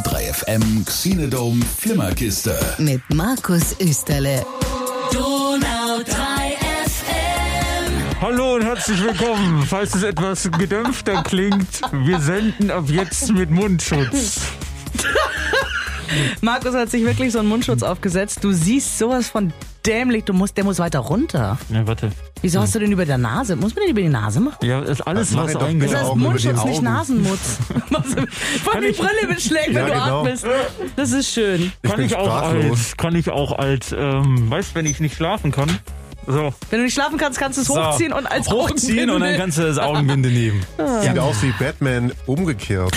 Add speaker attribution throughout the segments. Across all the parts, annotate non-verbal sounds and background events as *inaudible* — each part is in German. Speaker 1: FM Xenodome Flimmerkiste.
Speaker 2: Mit Markus Österle.
Speaker 3: Donau 3 FM.
Speaker 4: Hallo und herzlich willkommen. Falls es etwas gedämpfter klingt, wir senden ab jetzt mit Mundschutz.
Speaker 5: Markus hat sich wirklich so einen Mundschutz aufgesetzt. Du siehst sowas von dämlich. Du musst, der muss weiter runter.
Speaker 4: Na, warte.
Speaker 5: Wieso hast du den über der Nase? Muss man den über die Nase machen?
Speaker 4: Ja, ist alles,
Speaker 6: Mach
Speaker 4: was
Speaker 6: ich doch
Speaker 5: Das
Speaker 6: Ja,
Speaker 5: heißt
Speaker 6: auch
Speaker 4: eingeht.
Speaker 6: über die
Speaker 5: Mundschutz, nicht
Speaker 6: Augen. *laughs*
Speaker 5: Nasenmutz. Was- Von die
Speaker 4: ich-
Speaker 5: Brille beschlägt, wenn
Speaker 6: Ja,
Speaker 5: du
Speaker 6: genau.
Speaker 5: atmest. Das ist schön.
Speaker 4: Kann
Speaker 6: bin
Speaker 4: ich auch
Speaker 6: sprachlos.
Speaker 4: als, kann ich auch als, ähm, weißt, wenn ich nicht schlafen kann. So.
Speaker 5: Wenn du nicht schlafen kannst, kannst du es
Speaker 4: So.
Speaker 5: hochziehen und als
Speaker 4: Hochziehen und dann
Speaker 5: Augenbinde-
Speaker 4: kannst du das Augenbinde nehmen.
Speaker 6: Sieht aus wie Batman umgekehrt.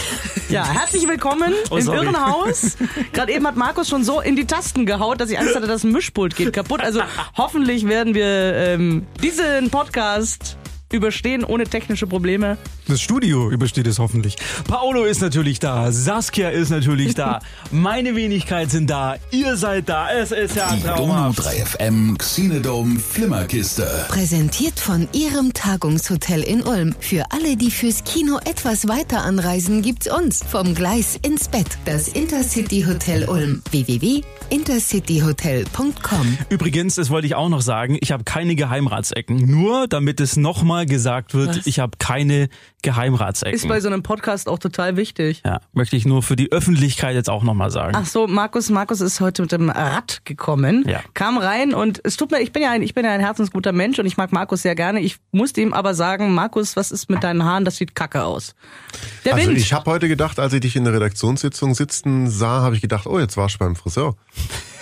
Speaker 5: Ja, herzlich willkommen
Speaker 4: Oh,
Speaker 5: im
Speaker 4: sorry.
Speaker 5: Irrenhaus. Gerade eben hat Markus schon so in die Tasten gehaut, dass ich Angst hatte, das Mischpult geht kaputt. Also hoffentlich werden wir ähm, diesen Podcast überstehen ohne technische Probleme.
Speaker 7: Das Studio übersteht es hoffentlich. Paolo ist natürlich da, Saskia ist
Speaker 5: *laughs*
Speaker 7: natürlich da, meine Wenigkeit sind da, ihr seid da, es ist ja
Speaker 1: Die Donau
Speaker 7: traumhaft.
Speaker 1: 3 FM Xenodome Flimmerkiste.
Speaker 2: Präsentiert von Ihrem Tagungshotel in Ulm. Für alle, die fürs Kino etwas weiter anreisen, gibt's uns. Vom Gleis ins Bett. Das Intercity Hotel Ulm. www.intercityhotel.com.
Speaker 7: Übrigens, das wollte ich auch noch sagen, ich habe keine Geheimratsecken. Nur damit es nochmal gesagt wird, ich habe keine Geheimratsecken.
Speaker 5: Ist bei so einem Podcast auch total wichtig.
Speaker 7: ja, möchte ich nur für die Öffentlichkeit jetzt auch nochmal sagen.
Speaker 5: Ach so, Markus, Markus ist heute mit dem Rad gekommen,
Speaker 7: Ja.
Speaker 5: kam rein und es tut mir, ich bin ja ein, ich bin ja ein herzensguter Mensch und ich mag Markus sehr gerne. Ich musste ihm aber sagen, Markus, was ist mit deinen Haaren? Das sieht kacke aus. Der
Speaker 6: Also
Speaker 5: Wind.
Speaker 6: ich habe heute gedacht, als ich dich in der Redaktionssitzung sitzen sah, habe ich gedacht, oh, jetzt warst du beim Friseur.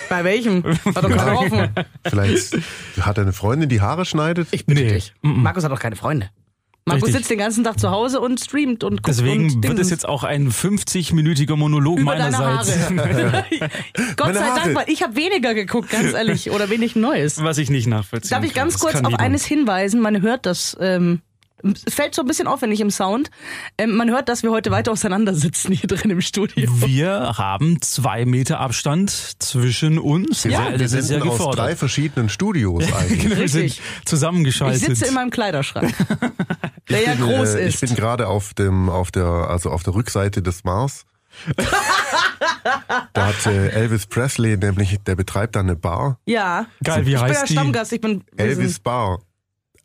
Speaker 5: Bei welchem? War doch gerade offen.
Speaker 6: Vielleicht hat deine Freundin die Haare schneidet.
Speaker 5: Ich bitte dich. Markus hat doch keine Freunde. Markus
Speaker 7: Richtig.
Speaker 5: sitzt den ganzen Tag zu Hause und streamt und guckt
Speaker 7: Deswegen
Speaker 5: und
Speaker 7: wird es
Speaker 5: Dingsens.
Speaker 7: jetzt auch ein 50-minütiger Monolog
Speaker 5: über deine
Speaker 7: meinerseits. *laughs*
Speaker 5: Haare. *laughs* Gott
Speaker 6: Meine
Speaker 5: sei
Speaker 6: Haare.
Speaker 5: Dank, weil ich habe weniger geguckt,
Speaker 7: *laughs*
Speaker 5: ganz ehrlich, oder wenig Neues.
Speaker 7: Was ich nicht nachvollziehen
Speaker 5: Darf ich
Speaker 7: kann.
Speaker 5: ganz
Speaker 7: Das
Speaker 5: kurz
Speaker 7: kann
Speaker 5: auf
Speaker 7: jeder.
Speaker 5: eines hinweisen? Man hört das. Ähm, es fällt so ein bisschen auf, wenn ich im Sound. Ähm, man hört, dass wir heute weiter auseinandersitzen hier drin im Studio.
Speaker 7: Wir haben zwei Meter Abstand zwischen uns.
Speaker 6: Wir
Speaker 7: Ja,
Speaker 6: senden- wir
Speaker 7: das ist ja
Speaker 6: senden aus
Speaker 7: gefordert.
Speaker 6: drei verschiedenen Studios
Speaker 7: *laughs*
Speaker 6: eigentlich.
Speaker 7: Wir sind
Speaker 5: Richtig. Ich
Speaker 7: zusammengeschaltet.
Speaker 5: sitze in meinem
Speaker 7: *laughs*
Speaker 5: Kleiderschrank, der ja
Speaker 6: Ich bin,
Speaker 5: groß
Speaker 6: äh, Ich
Speaker 5: ist.
Speaker 6: bin gerade auf dem, auf der, also auf der Rückseite des Mars. da hat äh, Elvis Presley nämlich, der betreibt da eine Bar.
Speaker 5: Ja.
Speaker 7: Geil,
Speaker 5: Ich bin
Speaker 7: wie
Speaker 5: ja
Speaker 7: heißt die?
Speaker 5: Stammgast, ich bin
Speaker 6: Elvis Bar.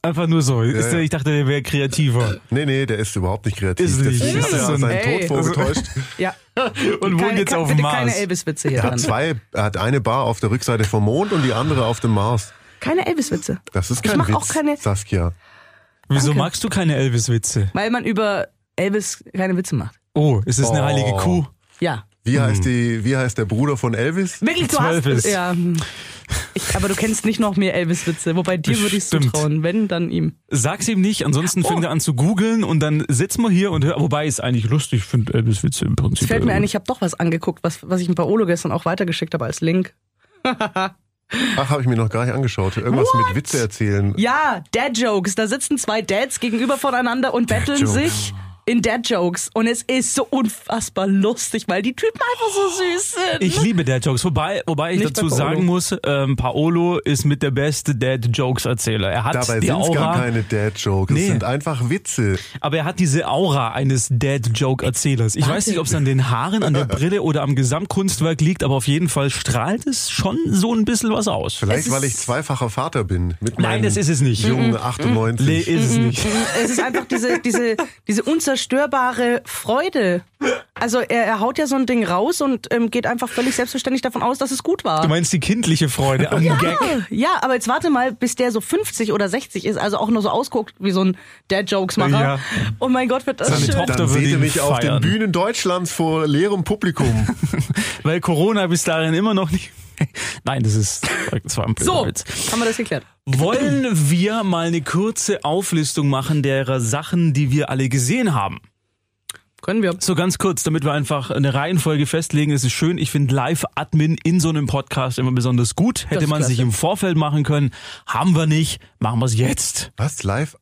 Speaker 7: Einfach nur so. Ist der, ich dachte, der wäre
Speaker 5: Äh,
Speaker 7: kreativer.
Speaker 6: Nee, nee, der ist überhaupt nicht kreativ.
Speaker 7: Ist nicht.
Speaker 6: Deswegen hat
Speaker 7: Ist
Speaker 6: er
Speaker 7: ja
Speaker 6: seinen
Speaker 5: ein-
Speaker 6: Tod vorgetäuscht.
Speaker 5: Ja.
Speaker 7: *laughs* Und wohnt
Speaker 5: Keine,
Speaker 7: jetzt auf dem
Speaker 5: bitte keine
Speaker 7: Mars.
Speaker 5: Elvis-Witze hier
Speaker 6: Er hat
Speaker 5: dran.
Speaker 6: zwei, er hat eine Bar auf der Rückseite vom Mond und die andere auf dem Mars.
Speaker 5: Keine Elvis-Witze.
Speaker 6: Das ist
Speaker 5: Ich
Speaker 6: kein
Speaker 5: mach
Speaker 6: Witz,
Speaker 5: auch keine-
Speaker 6: Saskia.
Speaker 7: Wieso
Speaker 5: Danke.
Speaker 7: magst du keine Elvis-Witze?
Speaker 5: Weil man über Elvis keine Witze macht.
Speaker 7: Oh, ist es eine
Speaker 6: Oh.
Speaker 7: heilige Kuh?
Speaker 5: Ja.
Speaker 6: Wie
Speaker 7: Hm.
Speaker 6: heißt die, wie heißt der Bruder von Elvis?
Speaker 5: Wirklich, du hast
Speaker 7: Zwölf
Speaker 5: es.
Speaker 7: ist-
Speaker 5: Ja. Ich, aber du kennst nicht noch mehr Elvis-Witze. Wobei dir würde ich es
Speaker 7: Bestimmt.
Speaker 5: zutrauen. Wenn, dann ihm.
Speaker 7: Sag's ihm nicht, ansonsten
Speaker 5: Oh.
Speaker 7: fängt er an zu googeln und dann sitzen wir hier und hör, wobei ist eigentlich lustig, finde Elvis-Witze im Prinzip.
Speaker 5: Es fällt mir
Speaker 7: äh,
Speaker 5: ein, ich habe doch was angeguckt, was, was ich ein Paolo gestern auch weitergeschickt habe als Link.
Speaker 6: Ach, habe ich mir noch gar nicht angeschaut. Irgendwas mit Witze erzählen.
Speaker 5: Ja, Dad Jokes. Da sitzen zwei Dads gegenüber voneinander und betteln
Speaker 6: Jokes.
Speaker 5: sich in Dad Jokes. Und es ist so unfassbar lustig, weil die Typen einfach so süß sind.
Speaker 7: Ich liebe Dad Jokes, wobei, wobei ich
Speaker 5: Nicht
Speaker 7: dazu
Speaker 5: bei Paolo.
Speaker 7: sagen muss, ähm, Paolo ist mit der beste Dad Jokes Erzähler. Er hat
Speaker 6: Dabei
Speaker 7: die
Speaker 6: sind es
Speaker 7: Aura,
Speaker 6: gar keine Dad-Jokes.
Speaker 7: Nee.
Speaker 6: Es sind einfach Witze.
Speaker 7: aber er hat diese Aura eines Dad Joke Erzählers. Ich weiß nicht, ob es an den Haaren, an der Brille oder am Gesamtkunstwerk liegt, aber auf jeden Fall strahlt es schon so ein bisschen was aus.
Speaker 6: Vielleicht,
Speaker 5: ist- Mhm.
Speaker 6: weil ich zweifacher Vater bin. Mit
Speaker 7: Nein,
Speaker 6: meinen
Speaker 7: das ist es nicht.
Speaker 5: Hm.
Speaker 6: Jungen
Speaker 7: Nee,
Speaker 6: 98.
Speaker 7: ist es nicht.
Speaker 5: Es ist einfach diese, diese, diese unzerstörbare Freude. Also er, er haut ja so ein Ding raus und ähm, geht einfach völlig selbstverständlich davon aus, dass es gut war.
Speaker 7: Du meinst die kindliche Freude am Gag.
Speaker 5: Ja, aber jetzt warte mal, bis der so 50 oder 60 ist, also auch nur so ausguckt wie so ein Dad-Jokes-Macher.
Speaker 7: Ja.
Speaker 5: Oh mein Gott, wird das
Speaker 7: Seine
Speaker 5: schön.
Speaker 7: Tochter
Speaker 6: Dann
Speaker 7: würde
Speaker 6: seht ihr
Speaker 7: ihn
Speaker 6: mich auf den
Speaker 7: feiern.
Speaker 6: Bühnen Deutschlands vor leerem
Speaker 7: *laughs*
Speaker 6: Publikum.
Speaker 7: Weil Corona bis dahin immer noch nicht. *laughs* Nein, das ist. Das war ein blöder
Speaker 5: So,
Speaker 7: Witz.
Speaker 5: haben wir das geklärt.
Speaker 7: Wollen wir mal eine kurze Auflistung machen derer Sachen, die wir alle gesehen haben?
Speaker 5: Können wir.
Speaker 7: So ganz kurz, damit wir einfach eine Reihenfolge festlegen. Es ist schön, ich finde Live-Admin in so einem Podcast immer besonders gut. Hätte
Speaker 5: ist
Speaker 7: man sich
Speaker 5: klasse.
Speaker 7: im Vorfeld machen können, haben wir nicht, machen wir es jetzt.
Speaker 6: Was? Live?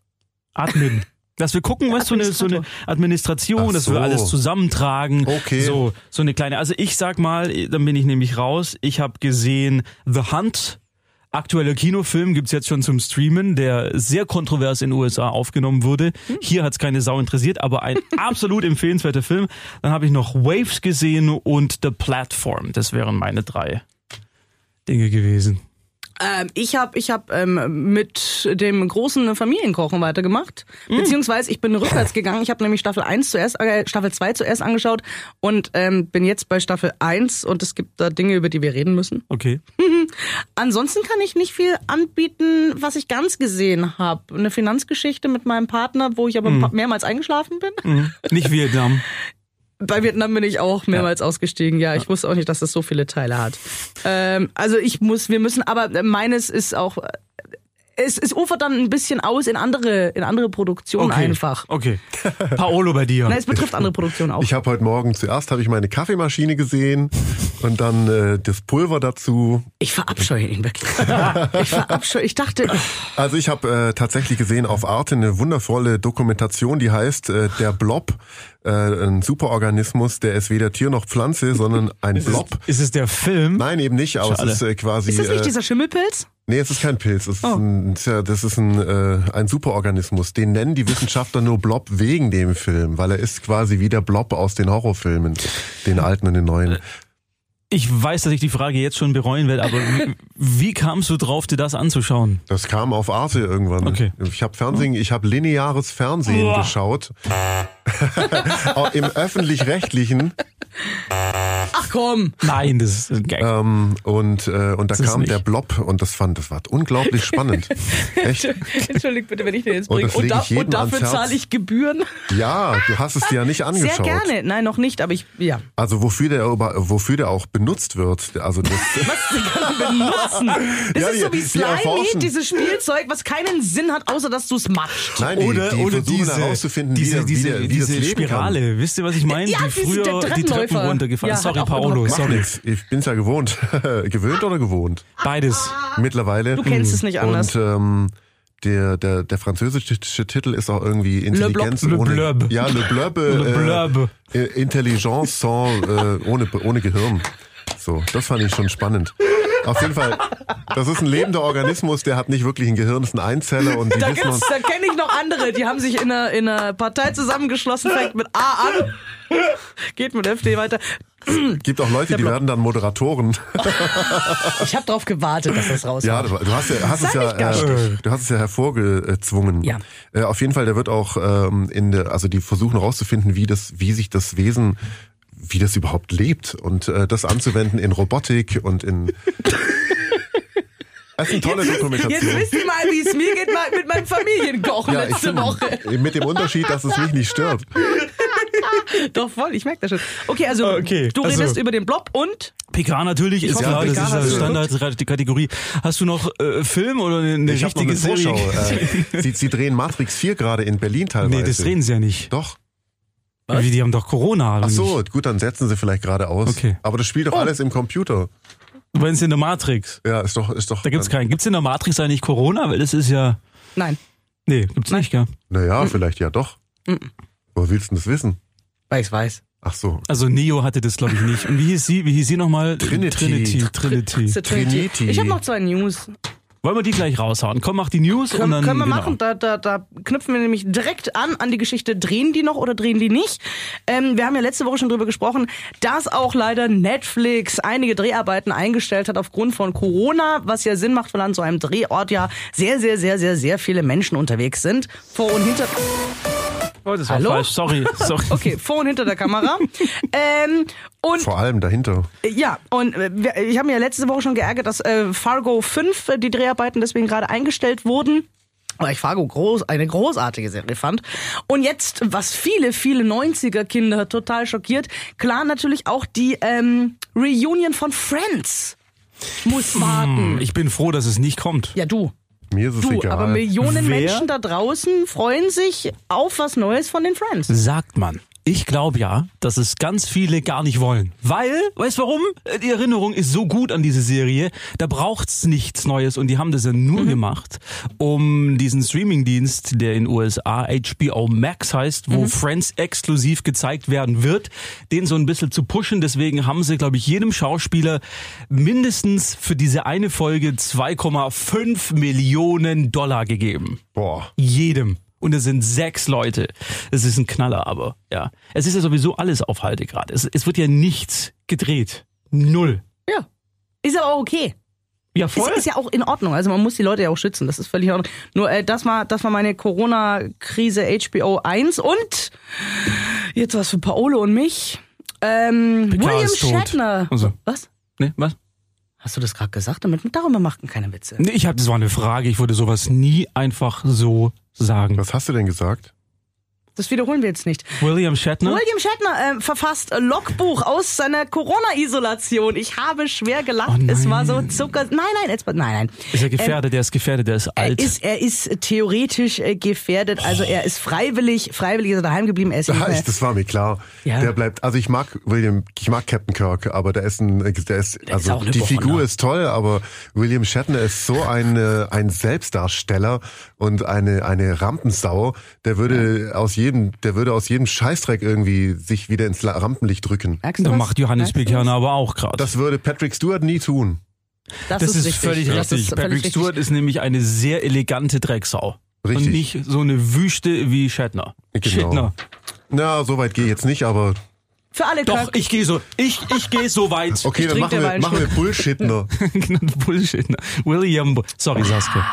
Speaker 7: Admin. Dass wir gucken, was so eine, so eine Administration,
Speaker 6: Ach
Speaker 7: dass wir
Speaker 6: so.
Speaker 7: alles zusammentragen.
Speaker 6: Okay.
Speaker 7: So, so eine kleine. Also ich sag mal, dann bin ich nämlich raus. Ich habe gesehen The Hunt, Aktueller Kinofilm gibt's jetzt schon zum Streamen, der sehr kontrovers in den USA aufgenommen wurde. Hier hat's keine Sau interessiert, aber ein absolut empfehlenswerter Film. Dann habe ich noch Waves gesehen und The Platform. Das wären meine drei Dinge gewesen.
Speaker 5: Ähm, ich habe ich hab, ähm, mit dem großen Familienkochen weitergemacht. Beziehungsweise ich bin rückwärts gegangen. Ich habe nämlich Staffel 1 zuerst, äh, Staffel 2 zuerst angeschaut und ähm, bin jetzt bei Staffel 1 und es gibt da Dinge, über die wir reden müssen.
Speaker 7: Okay.
Speaker 5: Ansonsten kann ich nicht viel anbieten, was ich ganz gesehen habe. Eine Finanzgeschichte mit meinem Partner, wo ich aber
Speaker 7: Mhm.
Speaker 5: pa- mehrmals eingeschlafen bin.
Speaker 7: Nicht Vietnam.
Speaker 5: Bei Vietnam bin ich auch mehrmals ausgestiegen. Ja, ich wusste auch nicht, dass das so viele Teile hat. Ähm, also ich muss, wir müssen, aber meines ist auch, äh, es, es ufert dann ein bisschen aus in andere, in andere Produktionen
Speaker 7: Okay.
Speaker 5: einfach.
Speaker 7: Okay. Paolo bei dir.
Speaker 5: Nein, es betrifft andere Produktionen auch.
Speaker 6: Ich habe heute Morgen zuerst habe ich meine Kaffeemaschine gesehen und dann äh, das Pulver dazu.
Speaker 5: Ich verabscheue ihn wirklich. ich verabscheue, ich dachte,
Speaker 6: Also ich habe äh, tatsächlich gesehen auf Arte eine wundervolle Dokumentation, die heißt äh, Der Blob, äh, ein Superorganismus, der ist weder Tier noch Pflanze, sondern ein Blob.
Speaker 7: Ist es der Film?
Speaker 6: Nein, eben nicht, aber
Speaker 7: Schade.
Speaker 6: es ist äh, quasi...
Speaker 5: ist das
Speaker 6: äh,
Speaker 5: nicht dieser Schimmelpilz?
Speaker 6: Nee, es ist kein Pilz. Es ist
Speaker 5: Oh.
Speaker 6: ein, tja, das ist ein, äh, ein Superorganismus. Den nennen die Wissenschaftler nur Blob wegen dem Film, weil er ist quasi wie der Blob aus den Horrorfilmen, den alten und den neuen.
Speaker 7: Ich weiß, dass ich die Frage jetzt schon bereuen werde, aber
Speaker 6: *laughs*
Speaker 7: wie, wie kamst du drauf, dir das anzuschauen?
Speaker 6: Das kam auf Arte irgendwann.
Speaker 7: Okay.
Speaker 6: Ich habe Fernsehen, ich habe lineares Fernsehen geschaut. *laughs* Auch Im öffentlich-rechtlichen.
Speaker 5: Ach komm!
Speaker 7: Nein, das ist ein Gag.
Speaker 6: Ähm, und, äh, und da
Speaker 7: ist
Speaker 6: kam
Speaker 7: nicht.
Speaker 6: der Blob und das fand, das war
Speaker 7: *laughs*
Speaker 6: unglaublich spannend. Echt?
Speaker 5: *laughs* Entschuldigt bitte, wenn ich den jetzt
Speaker 6: Und
Speaker 5: bringe.
Speaker 6: Oh, das
Speaker 5: Und,
Speaker 6: lege
Speaker 5: da,
Speaker 6: ich jedem
Speaker 5: und dafür
Speaker 6: ans Herz.
Speaker 5: zahle ich Gebühren.
Speaker 6: Ja, du hast es dir ja nicht
Speaker 5: Sehr
Speaker 6: angeschaut.
Speaker 5: gerne. Nein, noch nicht, aber ich, ja.
Speaker 6: Also wofür der, über- wofür der auch benutzt wird.
Speaker 7: *laughs*
Speaker 6: Also das,
Speaker 5: Sie kann ihn benutzen. Das
Speaker 6: Ja,
Speaker 5: ist so
Speaker 6: die-
Speaker 5: wie
Speaker 6: die
Speaker 5: Slimy,
Speaker 6: erforschen.
Speaker 5: dieses Spielzeug, was keinen Sinn hat, außer dass du es machst.
Speaker 6: Nein, die, die versuchen herauszufinden, wie
Speaker 7: diese,
Speaker 6: der- wie
Speaker 7: diese,
Speaker 6: der- wie
Speaker 7: diese
Speaker 6: das Leben
Speaker 7: Spirale. Wisst ihr, was ich meine?
Speaker 5: Ja,
Speaker 7: die
Speaker 5: diese-
Speaker 7: früher
Speaker 5: der
Speaker 7: die Treppen
Speaker 5: Treppenläufer.
Speaker 7: runtergefahren.
Speaker 5: Ja,
Speaker 7: Sorry,
Speaker 5: hat auch
Speaker 7: Paolo.
Speaker 5: überhaupt-
Speaker 6: Kann. Macht
Speaker 7: Sorry.
Speaker 6: nichts. Ich bin's ja gewohnt. *laughs* Gewöhnt oder gewohnt?
Speaker 7: Beides.
Speaker 6: Mittlerweile.
Speaker 5: Du kennst es nicht anders.
Speaker 6: Und ähm, der, der, der französische Titel ist auch irgendwie Intelligenz
Speaker 7: Blob. Le
Speaker 6: ohne.
Speaker 7: Blurb.
Speaker 6: Ja, Le
Speaker 7: *laughs*
Speaker 6: Blurb.
Speaker 7: Le Blurb.
Speaker 6: Äh, äh, Intelligence sans, äh, ohne, ohne Gehirn. So, das fand ich schon spannend. Auf jeden Fall, das ist ein lebender Organismus, der hat nicht wirklich ein Gehirn, ist ein Einzeller und die
Speaker 5: Da,
Speaker 6: wissen
Speaker 5: gibt's- da kenne ich noch andere, die haben sich in einer, in einer Partei zusammengeschlossen, fängt mit A an, geht mit FD weiter.
Speaker 6: gibt auch Leute, die werden dann Moderatoren.
Speaker 5: Ich habe darauf gewartet, dass das rauskommt.
Speaker 6: Ja, das war- du hast, ja, hast es
Speaker 5: Sag
Speaker 6: ja,
Speaker 5: ich gar
Speaker 6: äh, du hast es ja hervorgezwungen.
Speaker 5: Ja.
Speaker 6: Äh, auf jeden Fall, der wird auch ähm, in der, also die versuchen herauszufinden, wie das, wie sich das Wesen, wie das überhaupt lebt und äh, das anzuwenden in Robotik
Speaker 7: *laughs*
Speaker 6: und in. Es ist eine tolle
Speaker 5: Jetzt
Speaker 6: Dokumentation.
Speaker 5: wisst ihr mal, wie es mir geht mal mit meinem Familienkochen
Speaker 6: Ja, ich
Speaker 5: letzte
Speaker 6: finde,
Speaker 5: Woche.
Speaker 6: Mit dem Unterschied, dass es mich nicht stört.
Speaker 5: Doch voll, ich merke das schon. Okay, also
Speaker 7: Okay,
Speaker 5: du
Speaker 7: also-
Speaker 5: redest über den Blob und
Speaker 7: PK natürlich, ist
Speaker 5: hoffe,
Speaker 7: klar,
Speaker 5: PK hast
Speaker 7: das
Speaker 5: du
Speaker 7: ist eine Standardkategorie. Hast du noch äh, Film oder eine, eine
Speaker 6: also- Ich hab noch
Speaker 7: richtige
Speaker 6: eine
Speaker 7: Serie?
Speaker 6: Vorschau. Äh, sie, sie drehen Matrix 4 gerade in Berlin teilweise.
Speaker 7: nee, das drehen sie ja nicht.
Speaker 6: Doch.
Speaker 7: Wie, die haben doch Corona. oder
Speaker 6: Ach
Speaker 7: nicht?
Speaker 6: so, gut, dann setzen sie vielleicht gerade aus.
Speaker 7: Okay. Oh.
Speaker 6: Aber das spielt doch alles im Computer.
Speaker 7: Wenn es in der Matrix.
Speaker 6: Ja, ist doch, ist doch.
Speaker 7: Da gibt's keinen. Gibt's in der Matrix eigentlich Corona? Weil das ist ja.
Speaker 5: nein,
Speaker 7: Nee, gibt's nicht, gell?
Speaker 6: Naja, vielleicht ja doch. Woher willst du denn das wissen?
Speaker 5: weil ich weiß.
Speaker 6: Ach so.
Speaker 7: Also Neo hatte das, glaube ich, nicht. Und wie hieß sie? Wie hieß sie nochmal?
Speaker 6: Trinity.
Speaker 7: Trinity. Trinity.
Speaker 6: Trinity.
Speaker 5: Ich habe noch zwei News.
Speaker 7: Wollen wir die gleich raushauen? Komm, mach die News und
Speaker 5: Können,
Speaker 7: dann.
Speaker 5: können wir
Speaker 7: genau.
Speaker 5: machen. Da, da, da knüpfen wir nämlich direkt an an die Geschichte, drehen die noch oder drehen die nicht. Ähm, wir haben ja letzte Woche schon drüber gesprochen, dass auch leider Netflix einige Dreharbeiten eingestellt hat aufgrund von Corona, was ja Sinn macht, weil an so einem Drehort ja sehr, sehr, sehr, sehr, sehr viele Menschen unterwegs sind. Vor und hinter...
Speaker 7: Oh, das war
Speaker 5: Hallo?
Speaker 7: falsch. Sorry. Sorry.
Speaker 5: Okay, vor und hinter der
Speaker 7: *laughs*
Speaker 5: Kamera. ähm, und
Speaker 6: Vor allem dahinter.
Speaker 5: Ja, und äh, wir- ich habe mir letzte Woche schon geärgert, dass äh, Fargo 5, äh, die Dreharbeiten deswegen gerade eingestellt wurden. Weil ich Fargo groß, eine großartige Serie fand. Und jetzt, was viele, viele 90er-Kinder total schockiert, klar natürlich auch die ähm, Reunion von Friends muss warten.
Speaker 7: Hm, Ich bin froh, dass es nicht kommt.
Speaker 5: Ja, du.
Speaker 6: Mir ist es
Speaker 5: Du,
Speaker 6: egal.
Speaker 5: aber Millionen
Speaker 7: Wer-
Speaker 5: Menschen da draußen freuen sich auf was Neues von den Friends.
Speaker 7: Sagt man. Ich glaube ja, dass es ganz viele gar nicht wollen. Weil, weißt du warum? Die Erinnerung ist so gut an diese Serie, da braucht's nichts Neues und die haben das ja nur gemacht, um diesen Streamingdienst, der in den USA HBO Max heißt, wo Friends exklusiv gezeigt werden wird, den so ein bisschen zu pushen. Deswegen haben sie, glaube ich, jedem Schauspieler mindestens für diese eine Folge 2,5 Millionen Dollar gegeben.
Speaker 6: Boah.
Speaker 7: Jedem. Und es sind sechs Leute. Es ist ein Knaller, aber ja. Es ist ja sowieso alles auf Halde gerade. Es, es wird ja nichts gedreht. Null.
Speaker 5: Ja. Ist aber auch okay.
Speaker 7: Ja,
Speaker 5: Ist,
Speaker 7: voll.
Speaker 5: ist ja auch in Ordnung. Also man muss die Leute ja auch schützen. Das ist völlig in Ordnung. Nur äh, das war das war meine Corona-Krise HBO 1 und jetzt was für Paolo und mich. Ähm,
Speaker 7: Picard
Speaker 5: William
Speaker 7: ist tot.
Speaker 5: Shatner.
Speaker 7: Also.
Speaker 5: Was?
Speaker 7: nee, was?
Speaker 5: Hast du das gerade gesagt? Damit darüber macht man keine Witze.
Speaker 7: Nee, ich hab, das war eine Frage. Ich würde sowas nie einfach so sagen.
Speaker 6: Was hast du denn gesagt?
Speaker 5: Das wiederholen wir jetzt nicht.
Speaker 7: William Shatner?
Speaker 5: William Shatner äh, verfasst ein Logbuch aus seiner Corona-Isolation. Ich habe schwer gelacht.
Speaker 7: Oh
Speaker 5: es war so
Speaker 7: nein.
Speaker 5: Zucker. Nein, nein, jetzt, nein, nein.
Speaker 7: ist er gefährdet? der ist gefährdet, der ist
Speaker 5: Ähm, Er
Speaker 7: alt.
Speaker 5: ist, er ist theoretisch äh, gefährdet. Also er ist freiwillig, freiwillig ist er daheim geblieben.
Speaker 6: *laughs*
Speaker 5: Er ist nicht
Speaker 6: Da
Speaker 5: mehr-
Speaker 6: ist, das war mir klar.
Speaker 7: Ja.
Speaker 6: Der bleibt, also ich mag William, ich mag Captain Kirk, aber der ist ein, der ist, also
Speaker 7: auch eine
Speaker 6: die
Speaker 7: Bochner.
Speaker 6: Figur ist toll, aber William Shatner ist so ein, äh, ein Selbstdarsteller und eine, eine Rampensau, der würde aus jedem, der würde aus jedem Scheißdreck irgendwie sich wieder ins La- Rampenlicht drücken.
Speaker 5: Merkst du
Speaker 7: das
Speaker 5: was?
Speaker 7: macht Johannes
Speaker 5: Merkst du was?
Speaker 7: Bekerner aber auch gerade.
Speaker 6: Das würde Patrick Stewart nie tun.
Speaker 5: Das,
Speaker 7: Das, ist,
Speaker 5: richtig.
Speaker 7: völlig
Speaker 5: Das
Speaker 7: richtig.
Speaker 5: ist völlig
Speaker 7: Patrick
Speaker 5: richtig.
Speaker 7: Stewart ist nämlich eine sehr elegante Drecksau.
Speaker 6: Richtig.
Speaker 7: Und nicht so eine Wüste wie Shatner.
Speaker 6: Genau.
Speaker 7: Shatner.
Speaker 6: Na, so weit gehe ich jetzt nicht, aber
Speaker 5: Für alle
Speaker 7: Doch,
Speaker 5: Kirk.
Speaker 7: ich gehe so, ich, ich gehe so weit.
Speaker 6: okay,
Speaker 5: Ich
Speaker 6: dann
Speaker 5: trink
Speaker 6: machen
Speaker 5: dir mal
Speaker 6: wir,
Speaker 5: einen
Speaker 6: machen wir
Speaker 5: *laughs*
Speaker 6: Bullshitner.
Speaker 7: *laughs* Genau, Bullshit. ne? William, Bu- sorry Saskia.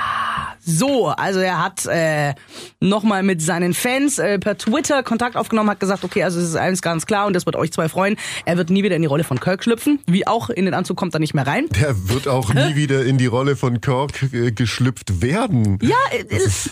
Speaker 5: So, also er hat äh, nochmal mit seinen Fans äh, per Twitter Kontakt aufgenommen, hat gesagt, okay, also es ist alles ganz klar und das wird euch zwei freuen. Er wird nie wieder in die Rolle von Kirk schlüpfen. Wie auch, in den Anzug kommt er nicht mehr rein.
Speaker 6: Der wird auch nie wieder in die Rolle von Kirk äh, geschlüpft werden.
Speaker 5: Ja, äh, ist,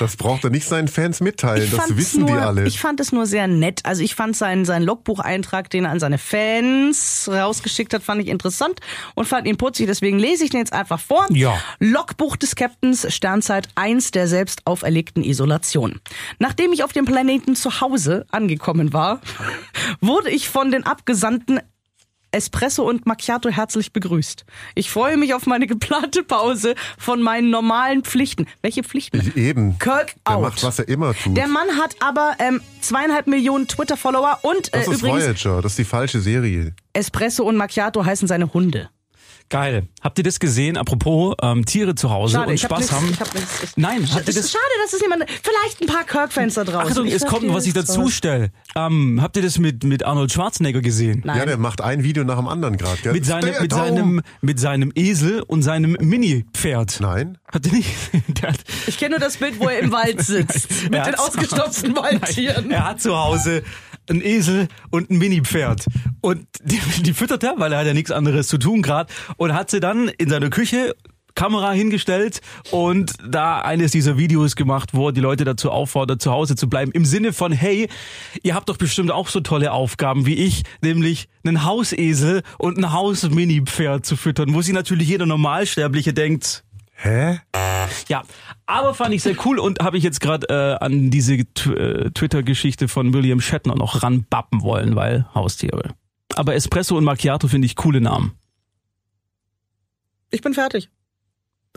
Speaker 6: Das braucht er nicht seinen Fans mitteilen,
Speaker 5: ich
Speaker 6: Äh, das
Speaker 5: fand's
Speaker 6: wissen
Speaker 5: nur,
Speaker 6: die alle.
Speaker 5: Ich fand es nur sehr nett. Also ich fand seinen, seinen Logbucheintrag, den er an seine Fans rausgeschickt hat, fand ich interessant und fand ihn putzig. Deswegen lese ich den jetzt einfach vor.
Speaker 7: Ja.
Speaker 5: Logbuch des Captains, Sternzeit 1 der selbst auferlegten Isolation. Nachdem ich auf dem Planeten zu Hause angekommen war, *laughs* wurde ich von den Abgesandten Espresso und Macchiato herzlich begrüßt. Ich freue mich auf meine geplante Pause von meinen normalen Pflichten. Welche Pflichten?
Speaker 6: Eben.
Speaker 5: Kirk
Speaker 6: Der
Speaker 5: out.
Speaker 6: macht, was er immer tut.
Speaker 5: Der Mann hat aber ähm, zweieinhalb Millionen Twitter-Follower und äh,
Speaker 6: das ist
Speaker 5: übrigens
Speaker 6: Voyager, das ist die falsche Serie.
Speaker 5: Espresso und Macchiato heißen seine Hunde.
Speaker 7: Geil. Habt ihr das gesehen? Apropos ähm, Tiere zu Hause
Speaker 5: Schade,
Speaker 7: und
Speaker 5: ich hab
Speaker 7: Spaß
Speaker 5: nix-
Speaker 7: haben.
Speaker 5: ich hab nix- ich-
Speaker 7: Nein, habt ihr
Speaker 5: Das ist
Speaker 7: das?
Speaker 5: schade, dass es niemand. Vielleicht ein paar Kirk-Fans da draußen.
Speaker 7: Achtung,
Speaker 5: Ich
Speaker 7: es
Speaker 5: sag
Speaker 7: kommt
Speaker 5: dir,
Speaker 7: noch was ich
Speaker 5: das
Speaker 7: dazu
Speaker 5: war's.
Speaker 7: stelle. Ähm, habt ihr das mit mit Arnold Schwarzenegger gesehen?
Speaker 5: Nein.
Speaker 6: Ja, der macht ein Video nach dem anderen gerade.
Speaker 7: Mit seinem mit seinem mit seinem Esel und seinem Mini-Pferd.
Speaker 6: Nein.
Speaker 7: Habt ihr nicht? *laughs* Der hat,
Speaker 5: Ich kenne nur das Bild, wo er im
Speaker 7: *laughs*
Speaker 5: Wald sitzt. mit
Speaker 7: Er
Speaker 5: den
Speaker 7: hat's-
Speaker 5: ausgestopften Waldtieren.
Speaker 7: Er hat zu Hause einen Esel und ein Mini-Pferd. Und die, die füttert er, weil er hat ja nichts anderes zu tun gerade. Und hat sie dann in seiner Küche Kamera hingestellt und da eines dieser Videos gemacht, wo er die Leute dazu auffordert, zu Hause zu bleiben. Im Sinne von, hey, ihr habt doch bestimmt auch so tolle Aufgaben wie ich, nämlich einen Hausesel und ein Haus-Mini-Pferd zu füttern, wo sich natürlich jeder Normalsterbliche denkt,
Speaker 6: Hä?
Speaker 7: ja, aber fand ich sehr cool und habe ich jetzt gerade äh, an diese Tw- äh, Twitter-Geschichte von William Shatner noch ranbappen wollen, weil Haustiere. Aber Espresso und Macchiato finde ich coole Namen.
Speaker 5: Ich bin fertig.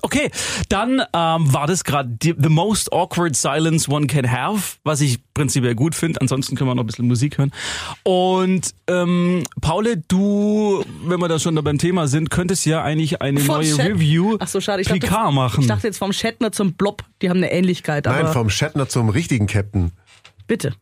Speaker 7: Okay, dann ähm, war das gerade die- The Most Awkward Silence One Can Have, was ich prinzipiell gut finde. Ansonsten können wir noch ein bisschen Musik hören. Und ähm, Paule, du, wenn wir da schon da beim Thema sind, könntest ja eigentlich eine
Speaker 5: Vom
Speaker 7: neue
Speaker 5: Shat-
Speaker 7: Review
Speaker 5: Ach so, schade. Ich
Speaker 7: Picard
Speaker 5: dachte,
Speaker 7: machen.
Speaker 5: Ich dachte jetzt vom Shatner zum Blob. Die haben eine Ähnlichkeit. Aber
Speaker 6: Nein, vom Shatner zum richtigen Captain.
Speaker 5: bitte.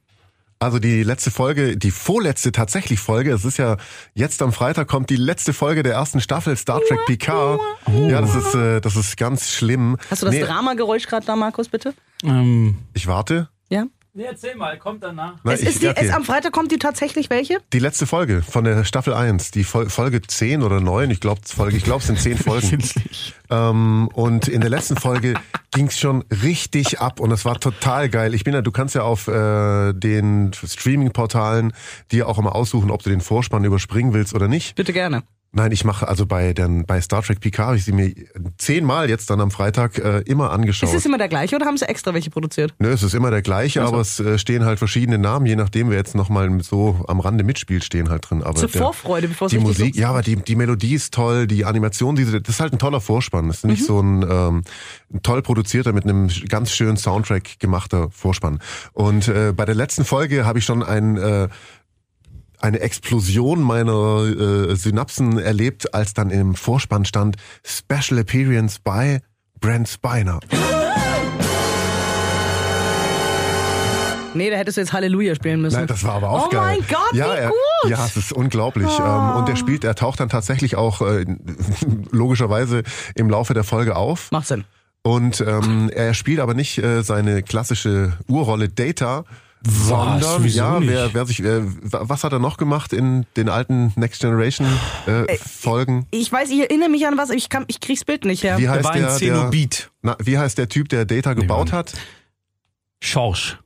Speaker 6: Also die letzte Folge, die vorletzte tatsächlich Folge, es ist ja jetzt am Freitag kommt die letzte Folge der ersten Staffel Star Trek Picard. Ja, das ist, äh, das ist ganz schlimm.
Speaker 5: Hast du das
Speaker 6: Nee,
Speaker 5: Dramageräusch gerade da, Markus, bitte?
Speaker 7: ähm,
Speaker 6: Ich warte.
Speaker 5: Ja.
Speaker 7: nee, erzähl mal, kommt danach.
Speaker 6: Nein,
Speaker 5: Es
Speaker 6: ich,
Speaker 5: ist die,
Speaker 6: okay.
Speaker 5: es, am Freitag kommt die tatsächlich welche?
Speaker 6: Die letzte Folge von der Staffel 1, die Fol Folge 10 oder 9, ich glaube, Folge, ich glaube,
Speaker 5: *laughs*
Speaker 6: es sind 10 Folgen. ähm, und in der letzten Folge ging's schon richtig ab und es war total geil. Ich bin ja, du kannst ja auf äh, den Streaming-Portalen dir auch immer aussuchen, ob du den Vorspann überspringen willst oder nicht.
Speaker 5: Bitte gerne.
Speaker 6: Nein, ich mache also bei, den, bei Star Trek Picard habe ich sie mir zehnmal jetzt dann am Freitag äh, immer angeschaut.
Speaker 5: Ist es immer der gleiche oder haben sie extra welche produziert?
Speaker 6: Nö, es ist immer der gleiche, aber es äh, stehen halt verschiedene Namen, je nachdem, wer jetzt nochmal so am Rande mitspielt, stehen halt drin. Aber
Speaker 5: Zur
Speaker 6: der,
Speaker 5: Vorfreude, bevor es
Speaker 6: Die
Speaker 5: richtig
Speaker 6: Musik,
Speaker 5: losgeht.
Speaker 6: ja, aber die, die Melodie ist toll, die Animation, diese, das ist halt ein toller Vorspann. Das ist
Speaker 5: Mhm.
Speaker 6: nicht so ein ähm, toll produzierter, mit einem sch- ganz schönen Soundtrack gemachter Vorspann. Und äh, bei der letzten Folge habe ich schon ein... Äh, eine Explosion meiner äh, Synapsen erlebt, als dann im Vorspann stand Special Appearance by Brent Spiner.
Speaker 5: Nee, da hättest du jetzt Halleluja spielen müssen.
Speaker 6: Nein, das war aber auch
Speaker 5: Oh
Speaker 6: geil.
Speaker 5: mein Gott,
Speaker 6: ja,
Speaker 5: wie
Speaker 6: er,
Speaker 5: gut!
Speaker 6: Ja, es ist unglaublich. Ähm, Und er spielt, er taucht dann tatsächlich auch äh, *laughs* logischerweise im Laufe der Folge auf.
Speaker 5: Macht Sinn.
Speaker 6: Und ähm, er spielt aber nicht äh, seine klassische Urrolle Data. Sondern,
Speaker 7: Wieso
Speaker 6: ja,
Speaker 7: nicht?
Speaker 6: wer, wer sich, äh, wa- was hat er noch gemacht in den alten Next Generation äh, Folgen?
Speaker 5: Ich weiß, ich erinnere mich an was, ich, kann, ich krieg's Bild nicht her.
Speaker 6: Wie
Speaker 7: Der
Speaker 6: heißt
Speaker 7: war ein
Speaker 6: der, der,
Speaker 7: Zenobit.
Speaker 6: na, wie heißt der Typ, der Data gebaut hat?
Speaker 7: Schorsch.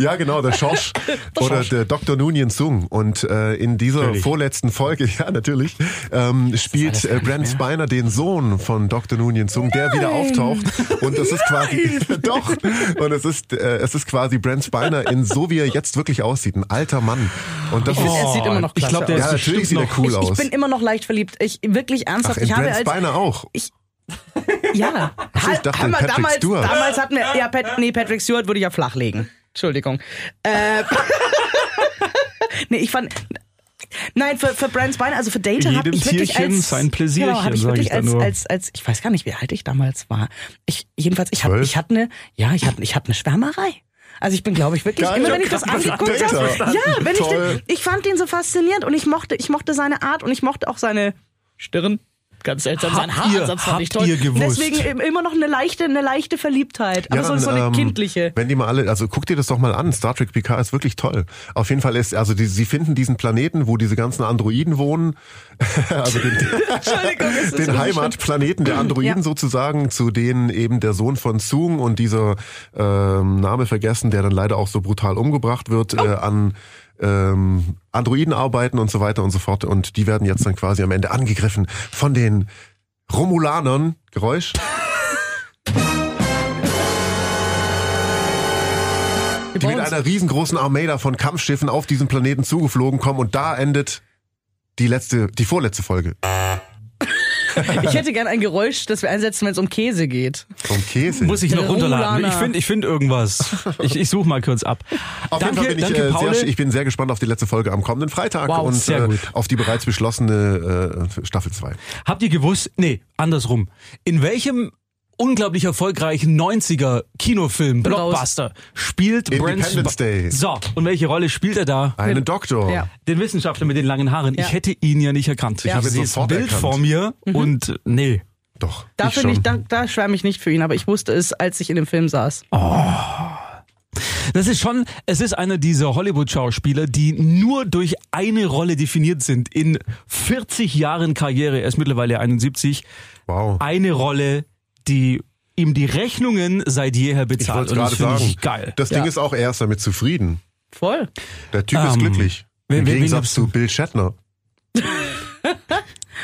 Speaker 6: Ja, genau, der
Speaker 5: *laughs*
Speaker 6: Schorsch oder der Dr. Nunien Sung. Und äh, in dieser
Speaker 7: Natürlich.
Speaker 6: vorletzten Folge, *laughs* ja natürlich, ähm, spielt äh, Brent Spiner den Sohn von Dr. Nunien Sung, der wieder auftaucht. Und das ist quasi *laughs* doch. Und es ist äh, es ist quasi Brent Spiner in so wie er jetzt wirklich aussieht, ein alter Mann. Und das
Speaker 5: Ich finde,
Speaker 6: ist
Speaker 5: er sieht immer noch
Speaker 7: Oh, ich
Speaker 5: klasse
Speaker 7: glaube, der
Speaker 5: aus.
Speaker 7: ist
Speaker 6: ja
Speaker 7: bestimmt
Speaker 6: natürlich sieht er
Speaker 7: noch-
Speaker 6: cool
Speaker 5: ich, ich
Speaker 6: aus.
Speaker 5: bin immer noch leicht verliebt. Ich wirklich
Speaker 6: Ach,
Speaker 5: ernsthaft.
Speaker 6: in
Speaker 5: ich habe
Speaker 6: Brent
Speaker 5: als
Speaker 6: Spiner auch.
Speaker 5: ja.
Speaker 6: Ach, ich dachte,
Speaker 5: Haben wir
Speaker 6: Patrick
Speaker 5: damals,
Speaker 6: Stewart.
Speaker 5: damals hatten wir ja Pat, nee Patrick Stewart würde ich ja flachlegen. Entschuldigung. Äh, *laughs* nee, ich fand Nein, für, für Brent Spiner, also für Data habe
Speaker 7: Jedem
Speaker 5: ich wirklich
Speaker 7: Tierchen
Speaker 5: als
Speaker 7: sein Pläsierchen,
Speaker 5: genau, hab ich
Speaker 7: sag
Speaker 5: wirklich
Speaker 7: ich da
Speaker 5: als,
Speaker 7: nur.
Speaker 5: als als ich weiß gar nicht, wie alt ich damals war. Ich jedenfalls ich hatte
Speaker 6: Zwölf?
Speaker 5: ich hatte eine ja, ich hatte ich hatte eine Schwärmerei. Also ich bin, glaube ich, wirklich
Speaker 6: Geil,
Speaker 5: immer wenn
Speaker 6: ich
Speaker 5: ich
Speaker 6: hab
Speaker 5: das
Speaker 6: grad
Speaker 5: angeguckt
Speaker 6: Data
Speaker 5: habe,
Speaker 6: verstanden.
Speaker 5: ja, wenn ich den,
Speaker 6: Toll.
Speaker 5: ich fand den so faszinierend und ich mochte ich mochte seine Art und ich mochte auch seine Stirn. Ganz seltsam,
Speaker 7: Habt
Speaker 5: sein Haaransatz
Speaker 7: ihr-
Speaker 5: fand ich
Speaker 7: habt
Speaker 5: toll.
Speaker 7: ihr gewusst?
Speaker 5: Deswegen im- immer noch eine leichte, eine leichte Verliebtheit, aber
Speaker 6: Ja,
Speaker 5: so, so eine
Speaker 6: dann, ähm,
Speaker 5: kindliche.
Speaker 6: Wenn die mal alle, also guck dir das doch mal an. Star Trek Picard ist wirklich toll. Auf jeden Fall ist, also die, sie finden diesen Planeten, wo diese ganzen Androiden wohnen, also
Speaker 5: *laughs*
Speaker 6: den,
Speaker 5: Entschuldigung, es ist
Speaker 6: den
Speaker 5: wirklich
Speaker 6: Heimatplaneten der Androiden
Speaker 5: Ja.
Speaker 6: sozusagen, zu denen eben der Sohn von Zoom und dieser ähm, Name vergessen, der dann leider auch so brutal umgebracht wird,
Speaker 5: Oh.
Speaker 6: äh, an ähm, Androiden arbeiten und so weiter und so fort. Und die werden jetzt dann quasi am Ende angegriffen von den Romulanern. Geräusch.
Speaker 5: Wir
Speaker 6: die mit
Speaker 5: brauchen uns-
Speaker 6: einer riesengroßen Armee da von Kampfschiffen auf diesen Planeten zugeflogen kommen und da endet die letzte, die vorletzte Folge.
Speaker 5: Ich hätte gern ein Geräusch, das wir einsetzen, wenn es um Käse geht.
Speaker 6: Vom Käse.
Speaker 7: Muss ich noch
Speaker 5: Der
Speaker 7: runterladen.
Speaker 5: Romulaner.
Speaker 7: Ich finde ich
Speaker 5: *laughs*
Speaker 7: find irgendwas. Ich, ich suche mal kurz ab.
Speaker 6: auf
Speaker 7: danke,
Speaker 6: jeden Fall bin
Speaker 7: danke,
Speaker 6: ich, äh,
Speaker 7: Paul.
Speaker 6: sehr, ich bin sehr gespannt auf die letzte Folge am kommenden Freitag
Speaker 7: Wow,
Speaker 6: und
Speaker 7: sehr
Speaker 6: äh,
Speaker 7: gut.
Speaker 6: auf die bereits beschlossene äh, Staffel 2.
Speaker 7: Habt ihr gewusst, nee, andersrum. In welchem unglaublich erfolgreichen 90er Kinofilm,
Speaker 5: Raus.
Speaker 7: Blockbuster, spielt Brent
Speaker 6: Independence
Speaker 7: Sp-
Speaker 6: Day.
Speaker 7: So, und welche Rolle spielt er da?
Speaker 6: Einen Doktor.
Speaker 5: Ja.
Speaker 7: Den Wissenschaftler mit den langen Haaren.
Speaker 5: Ja. Mhm.
Speaker 7: Ich hätte ihn ja nicht erkannt.
Speaker 5: Ja.
Speaker 7: Ich habe
Speaker 6: Ich habe ihn
Speaker 7: dieses
Speaker 6: sofort
Speaker 7: Bild
Speaker 6: erkannt.
Speaker 7: vor mir und äh, nee.
Speaker 6: Doch.
Speaker 5: Da,
Speaker 6: ich
Speaker 5: finde
Speaker 6: schon.
Speaker 5: ich, da, da schwärme ich nicht für ihn, aber ich wusste es, als ich in dem Film saß.
Speaker 7: Das ist schon, es ist einer dieser Hollywood-Schauspieler, die nur durch eine Rolle definiert sind. In 40 Jahren Karriere, er ist mittlerweile 71,
Speaker 6: wow.
Speaker 7: eine Rolle, die ihm die Rechnungen seit jeher
Speaker 6: Ich
Speaker 7: bezahlt.
Speaker 6: wollte
Speaker 7: Und das
Speaker 6: gerade
Speaker 7: finde
Speaker 6: sagen,
Speaker 7: ich geil.
Speaker 6: das
Speaker 5: Ja.
Speaker 6: Ding ist auch, er ist damit zufrieden.
Speaker 5: Voll.
Speaker 6: Der Typ ist
Speaker 7: Ähm,
Speaker 6: glücklich.
Speaker 7: wen-
Speaker 6: Im
Speaker 7: wen- wen
Speaker 6: Gegensatz
Speaker 7: glaubst du?
Speaker 6: zu
Speaker 7: *laughs*
Speaker 6: Bill Shatner.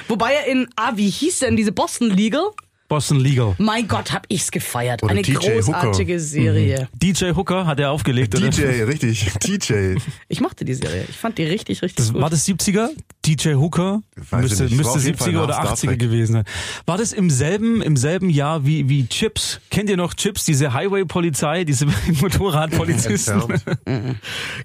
Speaker 5: Wobei er in, ah, wie hieß denn diese Boston Legal?
Speaker 7: Boston Legal.
Speaker 5: Mein Gott, hab ich's gefeiert.
Speaker 6: Oder
Speaker 5: Eine
Speaker 6: TJ Hooker. Mhm.
Speaker 5: großartige Serie.
Speaker 7: DJ Hooker hat er aufgelegt, oder?
Speaker 6: DJ, richtig. *laughs* DJ.
Speaker 5: Ich mochte die Serie. Ich fand die richtig, richtig
Speaker 7: Das,
Speaker 5: gut.
Speaker 7: war das 70er? DJ Hooker?
Speaker 6: Weiß ich
Speaker 7: müsste
Speaker 6: nicht. War
Speaker 7: müsste
Speaker 6: auf jeden Fall
Speaker 7: 70er
Speaker 6: nach
Speaker 7: oder
Speaker 6: Star
Speaker 7: 80er
Speaker 6: Trek.
Speaker 7: gewesen sein. War das im selben, im selben Jahr wie, wie Chips? Kennt ihr noch Chips? Diese Highway-Polizei, diese *laughs* Motorradpolizisten?
Speaker 6: Entfernt.
Speaker 5: Mhm.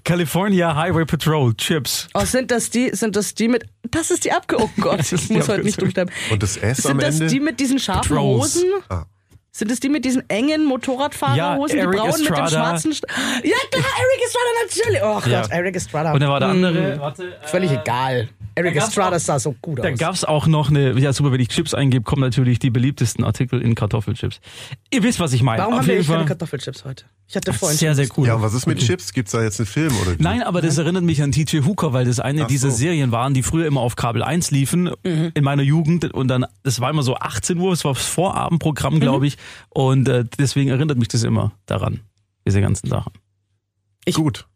Speaker 7: California Highway Patrol, Chips.
Speaker 5: Oh, sind das die, sind das die mit, das ist die Abge,
Speaker 7: *laughs*
Speaker 5: oh Gott, ich
Speaker 7: die
Speaker 5: muss heute
Speaker 7: Abkürzung.
Speaker 5: nicht durchbleiben.
Speaker 6: Und das S am
Speaker 5: Sind das
Speaker 6: Ende?
Speaker 5: die mit diesen scharfen
Speaker 7: Patrols.
Speaker 5: Hosen?
Speaker 6: Ah.
Speaker 5: Sind es die mit diesen engen Motorradfahrerhosen,
Speaker 7: Ja,
Speaker 5: die
Speaker 7: Eric
Speaker 5: braunen mit dem
Speaker 7: Estrada.
Speaker 5: schwarzen St Ja, klar, Eric Estrada natürlich. Oh Gott,
Speaker 7: Ja.
Speaker 5: Eric Estrada.
Speaker 7: Und da war der
Speaker 5: Hm,
Speaker 7: andere, warte, äh,
Speaker 5: Völlig egal. Eric
Speaker 7: gab's
Speaker 5: Estrada
Speaker 7: auch-
Speaker 5: sah so gut
Speaker 7: Da
Speaker 5: aus.
Speaker 7: gab's auch noch eine, ja super, wenn ich Chips eingebe, kommen natürlich die beliebtesten Artikel in Kartoffelchips. Ihr wisst, was ich meine.
Speaker 5: Warum
Speaker 7: Auf
Speaker 5: haben wir
Speaker 7: jeden
Speaker 5: eigentlich keine
Speaker 7: Fall.
Speaker 5: Kartoffelchips heute? Ich hatte vorhin.
Speaker 7: Sehr, sehr cool.
Speaker 6: Ja, und was ist mit Chips? Gibt's da jetzt einen Film oder wie?
Speaker 7: Nein, aber das erinnert mich an TJ Hooker, weil das eine
Speaker 6: Ach
Speaker 7: dieser
Speaker 6: so.
Speaker 7: Serien waren, die früher immer auf Kabel 1 liefen, in meiner Jugend. Und dann, das war immer so 18 Uhr, es war das Vorabendprogramm, glaube ich. Und äh, deswegen erinnert mich das immer daran, diese ganzen Sachen.
Speaker 5: ich-
Speaker 6: Gut.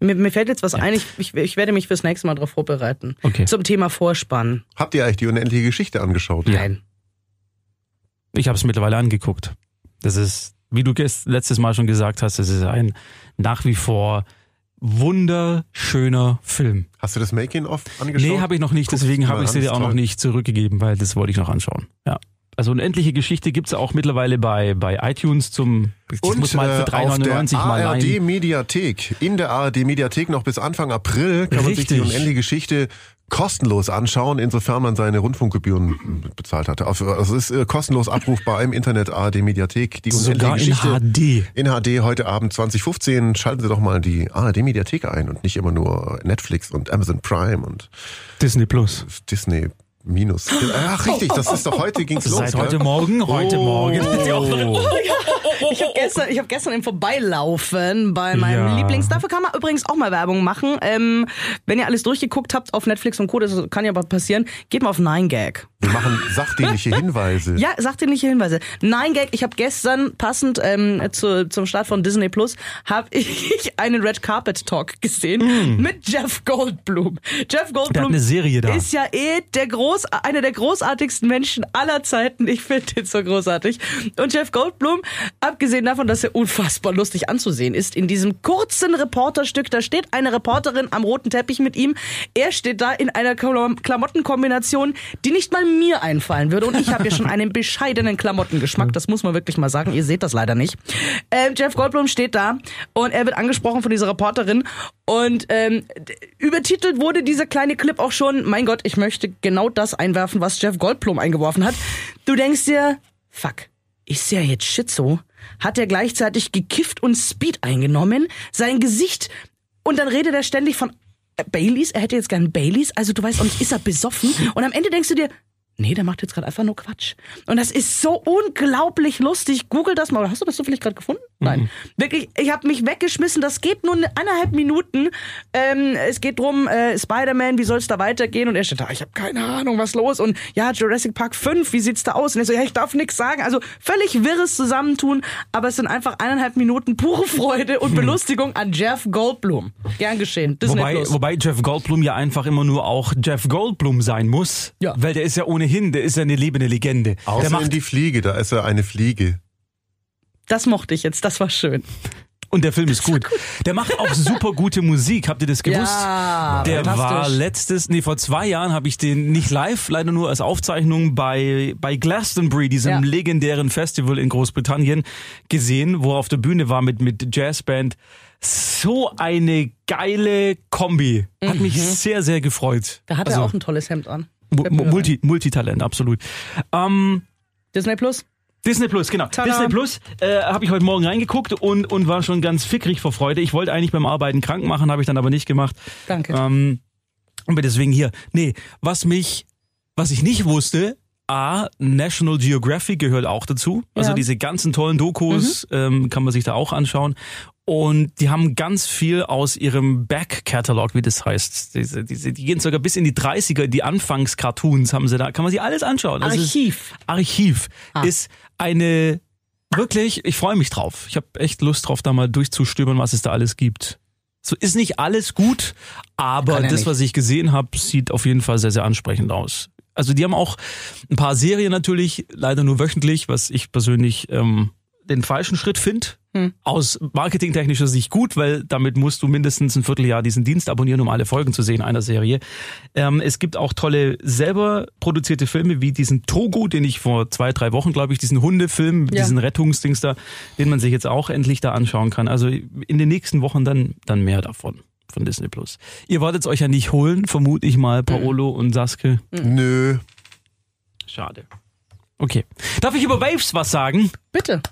Speaker 5: Mir, mir fällt jetzt was ein, ich, ich, ich werde mich fürs nächste Mal darauf vorbereiten.
Speaker 7: Okay.
Speaker 5: Zum Thema Vorspann.
Speaker 6: Habt ihr eigentlich die unendliche Geschichte angeschaut?
Speaker 5: Nein.
Speaker 7: Ich habe es mittlerweile angeguckt. Das ist, wie du gest- letztes Mal schon gesagt hast, das ist ein nach wie vor wunderschöner Film.
Speaker 6: Hast du das Making-of angeschaut?
Speaker 7: Nee, habe ich noch nicht,
Speaker 6: Guck's
Speaker 7: deswegen
Speaker 6: dir
Speaker 7: habe
Speaker 6: mal
Speaker 7: ich sie
Speaker 6: an,
Speaker 7: dir
Speaker 6: ist
Speaker 7: auch noch
Speaker 6: toll.
Speaker 7: nicht zurückgegeben, weil das wollte ich noch anschauen. Ja. Also unendliche Geschichte gibt's auch mittlerweile bei, bei iTunes zum das
Speaker 6: Und
Speaker 7: muss man für
Speaker 6: äh, auf der
Speaker 7: 3,99 mal leihen.
Speaker 6: ARD-Mediathek, in der ARD-Mediathek noch bis Anfang April kann man sich die
Speaker 7: Richtig.
Speaker 6: unendliche Geschichte kostenlos anschauen, insofern man seine Rundfunkgebühren bezahlt hatte. Auf- Also es ist äh, kostenlos abrufbar im Internet ARD-Mediathek. Die unendliche
Speaker 7: Sogar in
Speaker 6: Geschichte
Speaker 7: HD.
Speaker 6: in HD heute Abend 2015. Schalten Sie doch mal die ARD-Mediathek ein und nicht immer nur Netflix und Amazon Prime und
Speaker 7: Disney Plus.
Speaker 6: Disney Minus. Ach richtig, das ist doch heute ging's los.
Speaker 7: Seit
Speaker 6: gell?
Speaker 7: heute Morgen, heute
Speaker 6: Oh.
Speaker 7: Morgen. *laughs*
Speaker 5: *laughs* Ich habe gestern, ich hab gestern im Vorbeilaufen bei meinem
Speaker 7: Ja.
Speaker 5: Lieblings. Dafür kann man übrigens auch mal Werbung machen. Ähm, wenn ihr alles durchgeguckt habt auf Netflix und Co., das kann ja mal passieren, geht mal auf 9gag.
Speaker 6: Wir machen sachdienliche Hinweise.
Speaker 5: Ja, sagt dir nicht die Hinweise. 9gag, ich habe gestern passend ähm, zu, zum Start von Disney Plus, habe *laughs* ich einen Red Carpet Talk gesehen mit Jeff Goldblum. Jeff Goldblum
Speaker 7: Der hat eine Serie da.
Speaker 5: ist ja eh der groß, einer der großartigsten Menschen aller Zeiten. Ich finde den so großartig. Und Jeff Goldblum, abgesehen davon, dass er unfassbar lustig anzusehen ist, in diesem kurzen Reporterstück, da steht eine Reporterin am roten Teppich mit ihm. Er steht da in einer Klam- Klamottenkombination, die nicht mal mir einfallen würde. Und ich habe ja schon einen bescheidenen Klamottengeschmack. Das muss man wirklich mal sagen. Ihr seht das leider nicht. Ähm, Jeff Goldblum steht da und er wird angesprochen von dieser Reporterin. Und ähm, d- übertitelt wurde dieser kleine Clip auch schon, mein Gott, ich möchte genau das einwerfen, was Jeff Goldblum eingeworfen hat. Du denkst dir, fuck, ist er jetzt Schizo? Hat er gleichzeitig gekifft und Speed eingenommen? Sein Gesicht. Und dann redet er ständig von äh, Baileys. Er hätte jetzt gern Baileys. Also du weißt auch nicht, ist er besoffen? Und am Ende denkst du dir, nee, der macht jetzt gerade einfach nur Quatsch. Und das ist so unglaublich lustig. Google das mal. Oder Hast du das so vielleicht gerade gefunden?
Speaker 7: Mhm.
Speaker 5: Nein. Wirklich, ich habe mich weggeschmissen. Das geht nur eine- eineinhalb Minuten. Ähm, es geht drum, äh, Spider-Man, wie soll es da weitergehen? Und er steht da, ich habe keine Ahnung, was los. Und ja, Jurassic Park 5, wie sieht's da aus? Und er so, ja, ich darf nichts sagen. Also völlig wirres Zusammentun, aber es sind einfach eineinhalb Minuten pure Freude
Speaker 7: *laughs*
Speaker 5: und Belustigung an Jeff Goldblum. Gern geschehen. Disney
Speaker 7: Mhm. Wobei,
Speaker 5: Plus.
Speaker 7: wobei Jeff Goldblum ja einfach immer nur auch Jeff Goldblum sein muss,
Speaker 5: Ja.
Speaker 7: weil der ist ja ohnehin, der ist ja eine lebende Legende.
Speaker 6: Außer
Speaker 7: der
Speaker 6: in
Speaker 7: macht,
Speaker 6: die Fliege, da ist er eine Fliege.
Speaker 5: Das mochte ich jetzt, das war schön.
Speaker 7: und der Film ist gut. Der macht auch super gute Musik, habt ihr das gewusst?
Speaker 5: Ja,
Speaker 7: Der war
Speaker 5: fantastisch.
Speaker 7: letztes, nee, vor zwei Jahren habe ich den nicht live, leider nur als Aufzeichnung bei, bei Glastonbury, diesem
Speaker 5: Ja.
Speaker 7: legendären Festival in Großbritannien, gesehen, wo er auf der Bühne war mit, mit Jazzband. So eine geile Kombi. Hat mich sehr, sehr gefreut.
Speaker 5: Mhm.
Speaker 7: Also,
Speaker 5: Da hat er
Speaker 6: Also
Speaker 5: auch ein tolles Hemd an.
Speaker 7: Mu- mu- Multi, Multitalent, absolut. Ähm,
Speaker 5: Disney Plus?
Speaker 7: Disney Plus, genau.
Speaker 5: Tada.
Speaker 7: Disney Plus äh, habe ich heute Morgen reingeguckt und, und war schon ganz fickrig vor Freude. Ich wollte eigentlich beim Arbeiten krank machen, habe ich dann aber nicht gemacht.
Speaker 5: Danke.
Speaker 6: Ah,
Speaker 7: Ähm, aber deswegen hier. Nee, was mich, was ich nicht wusste, A, National Geographic gehört auch dazu. Also
Speaker 5: Ja. Mhm.
Speaker 7: diese ganzen tollen Dokus ähm, kann man sich da auch anschauen. Und die haben ganz viel aus ihrem Back-Catalog, wie das heißt. Diese, diese, die gehen sogar bis in die 30er, die Anfangs-Cartoons haben sie da. Kann man sich alles anschauen. Das ist-
Speaker 5: Archiv.
Speaker 7: Archiv
Speaker 5: Ah.
Speaker 7: ist eine wirklich, ich freue mich drauf. Ich habe echt Lust drauf, da mal durchzustöbern, was es da alles gibt. So ist nicht alles gut, aber
Speaker 5: Kann ja
Speaker 7: das,
Speaker 5: nicht.
Speaker 7: was ich gesehen habe, sieht auf jeden Fall sehr, sehr ansprechend aus. Also die haben auch ein paar Serien natürlich, leider nur wöchentlich, was ich persönlich ähm, den falschen Schritt finde. Aus marketingtechnischer Sicht gut, weil damit musst du mindestens ein Vierteljahr diesen Dienst abonnieren, um alle Folgen zu sehen einer Serie. Ähm, es gibt auch tolle selber produzierte Filme wie diesen Togo, den ich vor zwei, drei Wochen, glaube ich, diesen Hundefilm, mit
Speaker 5: Ja.
Speaker 7: diesen Rettungsdings da, den man sich jetzt auch endlich da anschauen kann. Also in den nächsten Wochen dann, dann mehr davon von Disney Plus. Ihr wolltet es euch ja nicht holen, vermute ich mal, Paolo und Saske.
Speaker 6: Nö.
Speaker 7: Schade. Okay. Darf ich über Waves was sagen?
Speaker 5: Bitte.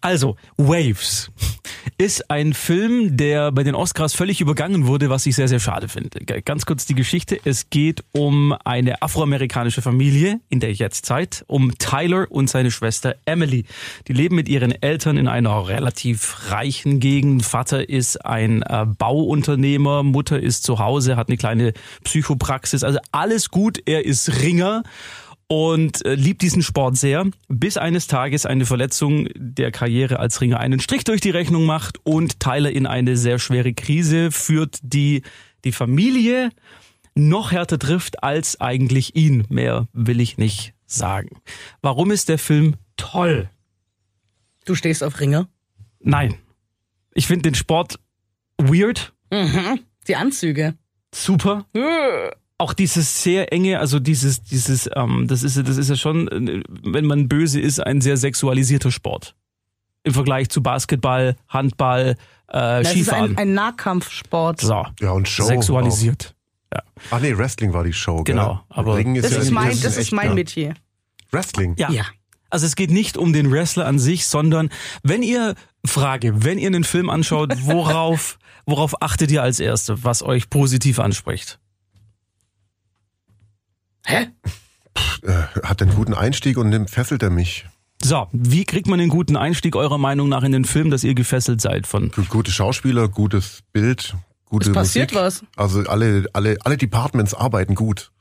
Speaker 7: Also, Waves ist ein Film, der bei den Oscars völlig übergangen wurde, was ich sehr, sehr schade finde. G- Ganz kurz die Geschichte. Es geht um eine afroamerikanische Familie in der Jetztzeit, um Tyler und seine Schwester Emily. Die leben mit ihren Eltern in einer relativ reichen Gegend. Vater ist ein äh, Bauunternehmer, Mutter ist zu Hause, hat eine kleine Psychopraxis. Also alles gut, er ist Ringer. und äh, liebt diesen Sport sehr, bis eines Tages eine Verletzung der Karriere als Ringer einen Strich durch die Rechnung macht und Tyler in eine sehr schwere Krise führt, die die Familie noch härter trifft als eigentlich ihn. Mehr will ich nicht sagen. Warum ist der Film toll?
Speaker 5: Du stehst auf Ringer.
Speaker 7: Nein. Ich finde den Sport weird,
Speaker 5: Mhm. Die Anzüge.
Speaker 7: super.
Speaker 5: Äh.
Speaker 7: Auch dieses sehr enge, also dieses, dieses, ähm, das ist, ja- das ist ja schon, äh, wenn man böse ist, ein sehr sexualisierter Sport. Im Vergleich zu Basketball, Handball, äh,
Speaker 5: Das ist
Speaker 7: Skifahren.
Speaker 5: ein, ein Nahkampfsport.
Speaker 7: so.
Speaker 6: Ja, und Show.
Speaker 7: Sexualisiert.
Speaker 6: Auch. Ach Ah, nee, Wrestling war die Show,
Speaker 7: Genau,
Speaker 6: Gell?
Speaker 7: aber-
Speaker 6: Ringen ist
Speaker 5: Das
Speaker 6: ja
Speaker 5: ist
Speaker 6: ein-
Speaker 5: mein,
Speaker 6: ein
Speaker 5: das ist
Speaker 6: echter-
Speaker 5: mein Metier.
Speaker 6: Wrestling.
Speaker 7: Ja. Also es geht nicht um den Wrestler an sich, sondern wenn ihr Frage, wenn ihr einen
Speaker 5: *laughs*
Speaker 7: Film anschaut, worauf, worauf achtet ihr als Erste, was euch positiv anspricht?
Speaker 6: Äh, Hat einen guten Einstieg und dann fesselt er mich.
Speaker 7: So, wie kriegt man den guten Einstieg eurer Meinung nach in den Film, dass ihr gefesselt seid von?
Speaker 6: Gu- Gute Schauspieler, gutes Bild, gute
Speaker 5: Es passiert
Speaker 6: Musik.
Speaker 5: was.
Speaker 6: Also alle, alle, alle Departments arbeiten gut.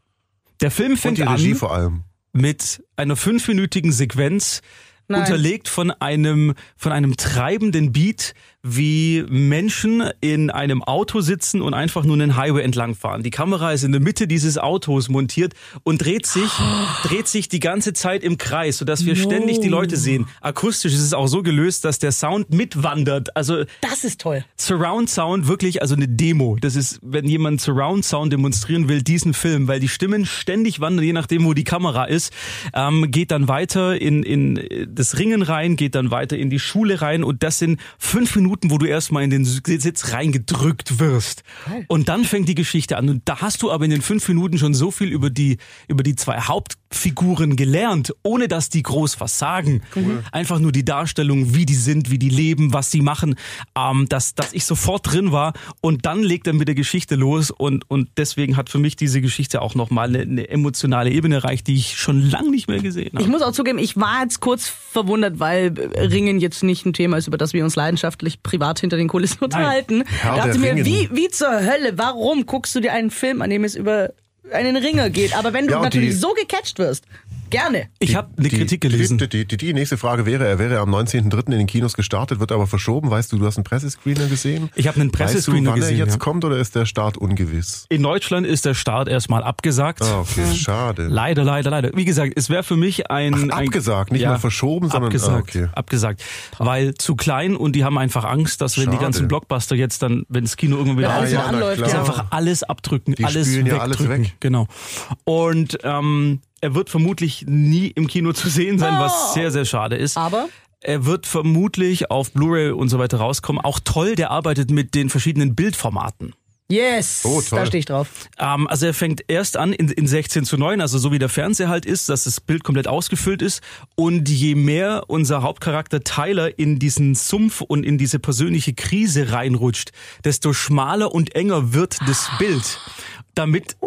Speaker 7: Der Film
Speaker 6: Und
Speaker 7: fängt
Speaker 6: die Regie
Speaker 7: an
Speaker 6: vor allem.
Speaker 7: mit einer fünfminütigen Sequenz,
Speaker 5: Nein.
Speaker 7: unterlegt von einem, von einem treibenden Beat, wie Menschen in einem Auto sitzen und einfach nur einen Highway entlangfahren. Die Kamera ist in der Mitte dieses Autos montiert und dreht sich, dreht sich die ganze Zeit im Kreis, sodass wir ständig die Leute sehen. Akustisch ist es auch so gelöst, dass der Sound mitwandert. Also
Speaker 5: Das ist toll.
Speaker 7: Surround Sound wirklich, also eine Demo. Das ist, wenn jemand Surround Sound demonstrieren will, diesen Film, weil die Stimmen ständig wandern, je nachdem, wo die Kamera ist, ähm, geht dann weiter in, in äh, das Ringen rein, geht dann weiter in die Schule rein und das sind fünf Minuten, wo du erstmal in den S- Sitz reingedrückt wirst. Und dann fängt die Geschichte an. Und da hast du aber in den fünf Minuten schon so viel über die, über die zwei Hauptfiguren gelernt, ohne dass die groß was sagen. Einfach nur die Darstellung, wie die sind, wie die leben, was sie machen, ähm, dass, dass ich sofort drin war und dann legt er mit der Geschichte los und, und deswegen hat für mich diese Geschichte auch nochmal eine, eine emotionale Ebene erreicht, die ich schon lange nicht mehr gesehen
Speaker 5: Ich
Speaker 7: habe.
Speaker 5: muss auch zugeben, ich war jetzt kurz verwundert, weil äh, Ringen jetzt nicht ein Thema ist, über das wir uns leidenschaftlich privat hinter den Kulissen unterhalten.
Speaker 6: Herr
Speaker 5: da dachte
Speaker 6: der
Speaker 5: mir,
Speaker 6: Ringen.
Speaker 5: wie, wie zur Hölle, warum guckst du dir einen Film, an dem es über einen Ringer geht? Aber wenn du
Speaker 6: Ja, und
Speaker 5: natürlich
Speaker 6: die-
Speaker 5: so gecatcht wirst, gerne.
Speaker 7: Ich habe eine
Speaker 6: Die-
Speaker 7: Kritik gelesen.
Speaker 6: Die, die, die, die nächste Frage wäre, er wäre am 19.03. in den Kinos gestartet, wird aber verschoben. Weißt du, du hast einen Pressescreener gesehen?
Speaker 7: Ich habe einen
Speaker 6: weißt du,
Speaker 7: Pressescreener
Speaker 6: wann
Speaker 7: gesehen,
Speaker 6: er jetzt
Speaker 7: ja.
Speaker 6: kommt oder ist der Start ungewiss?
Speaker 7: In Deutschland ist der Start erstmal abgesagt.
Speaker 6: Ah, okay, schade.
Speaker 7: Leider, leider, leider. Wie gesagt, es wäre für mich ein.
Speaker 6: Ach,
Speaker 7: ein-
Speaker 6: abgesagt, nicht mal verschoben, sondern-
Speaker 7: abgesagt.
Speaker 6: ah, okay.
Speaker 7: Abgesagt. Weil zu klein und die haben einfach Angst, dass wenn die
Speaker 6: Schade.
Speaker 7: ganzen Blockbuster jetzt dann, wenn das Kino irgendwann
Speaker 6: Ah,
Speaker 7: wieder
Speaker 5: Ja,
Speaker 7: aufmacht,
Speaker 5: ja, na anläuft,
Speaker 7: dass
Speaker 5: klar.
Speaker 7: einfach alles abdrücken,
Speaker 6: Die
Speaker 7: alles
Speaker 6: spülen
Speaker 7: wegdrücken.
Speaker 6: ja alles weg.
Speaker 7: Genau. Und ähm, er wird vermutlich nie im Kino zu sehen sein, was sehr, sehr schade ist.
Speaker 5: Aber?
Speaker 7: Er wird vermutlich auf Blu-ray und so weiter rauskommen. Auch toll, der arbeitet mit den verschiedenen Bildformaten.
Speaker 5: Yes,
Speaker 6: Oh, toll.
Speaker 5: da stehe ich drauf.
Speaker 7: Ähm, also er fängt erst an in, in 16 zu 9, also so wie der Fernseher halt ist, dass das Bild komplett ausgefüllt ist. Und je mehr unser Hauptcharakter Tyler in diesen Sumpf und in diese persönliche Krise reinrutscht, desto schmaler und enger wird das Bild. Damit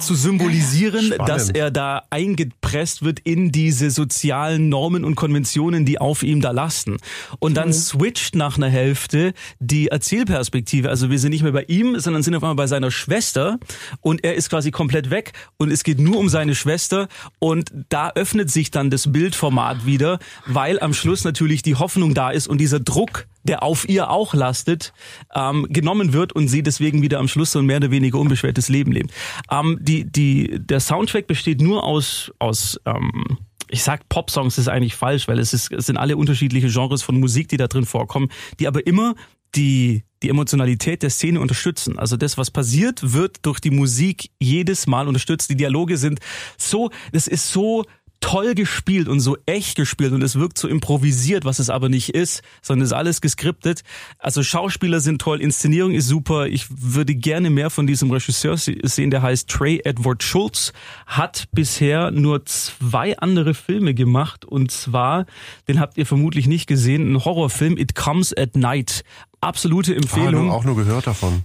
Speaker 7: zu symbolisieren,
Speaker 6: Spannend.
Speaker 7: dass er da eingepresst wird in diese sozialen Normen und Konventionen, die auf ihm da lasten. Und dann switcht nach einer Hälfte die Erzählperspektive. Also wir sind nicht mehr bei ihm, sondern sind auf einmal bei seiner Schwester und er ist quasi komplett weg und es geht nur um seine Schwester und da öffnet sich dann das Bildformat wieder, weil am Schluss natürlich die Hoffnung da ist und dieser Druck der auf ihr auch lastet, ähm, genommen wird und sie deswegen wieder am Schluss so ein mehr oder weniger unbeschwertes Leben lebt. Ähm, die, die, der Soundtrack besteht nur aus, aus ähm, ich sag Popsongs ist eigentlich falsch, weil es, ist, es sind alle unterschiedliche Genres von Musik, die da drin vorkommen, die aber immer die, die Emotionalität der Szene unterstützen. Also das, was passiert, wird durch die Musik jedes Mal unterstützt. Die Dialoge sind so, das ist so toll gespielt und so echt gespielt und es wirkt so improvisiert, was es aber nicht ist, sondern es ist alles geskriptet. Also Schauspieler sind toll, Inszenierung ist super. Ich würde gerne mehr von diesem Regisseur se- sehen, der heißt Trey Edward Schultz, hat bisher nur zwei andere Filme gemacht und zwar, den habt ihr vermutlich nicht gesehen, ein Horrorfilm It Comes at Night. Absolute
Speaker 6: Ah,
Speaker 7: Empfehlung.
Speaker 6: nur, auch nur gehört davon.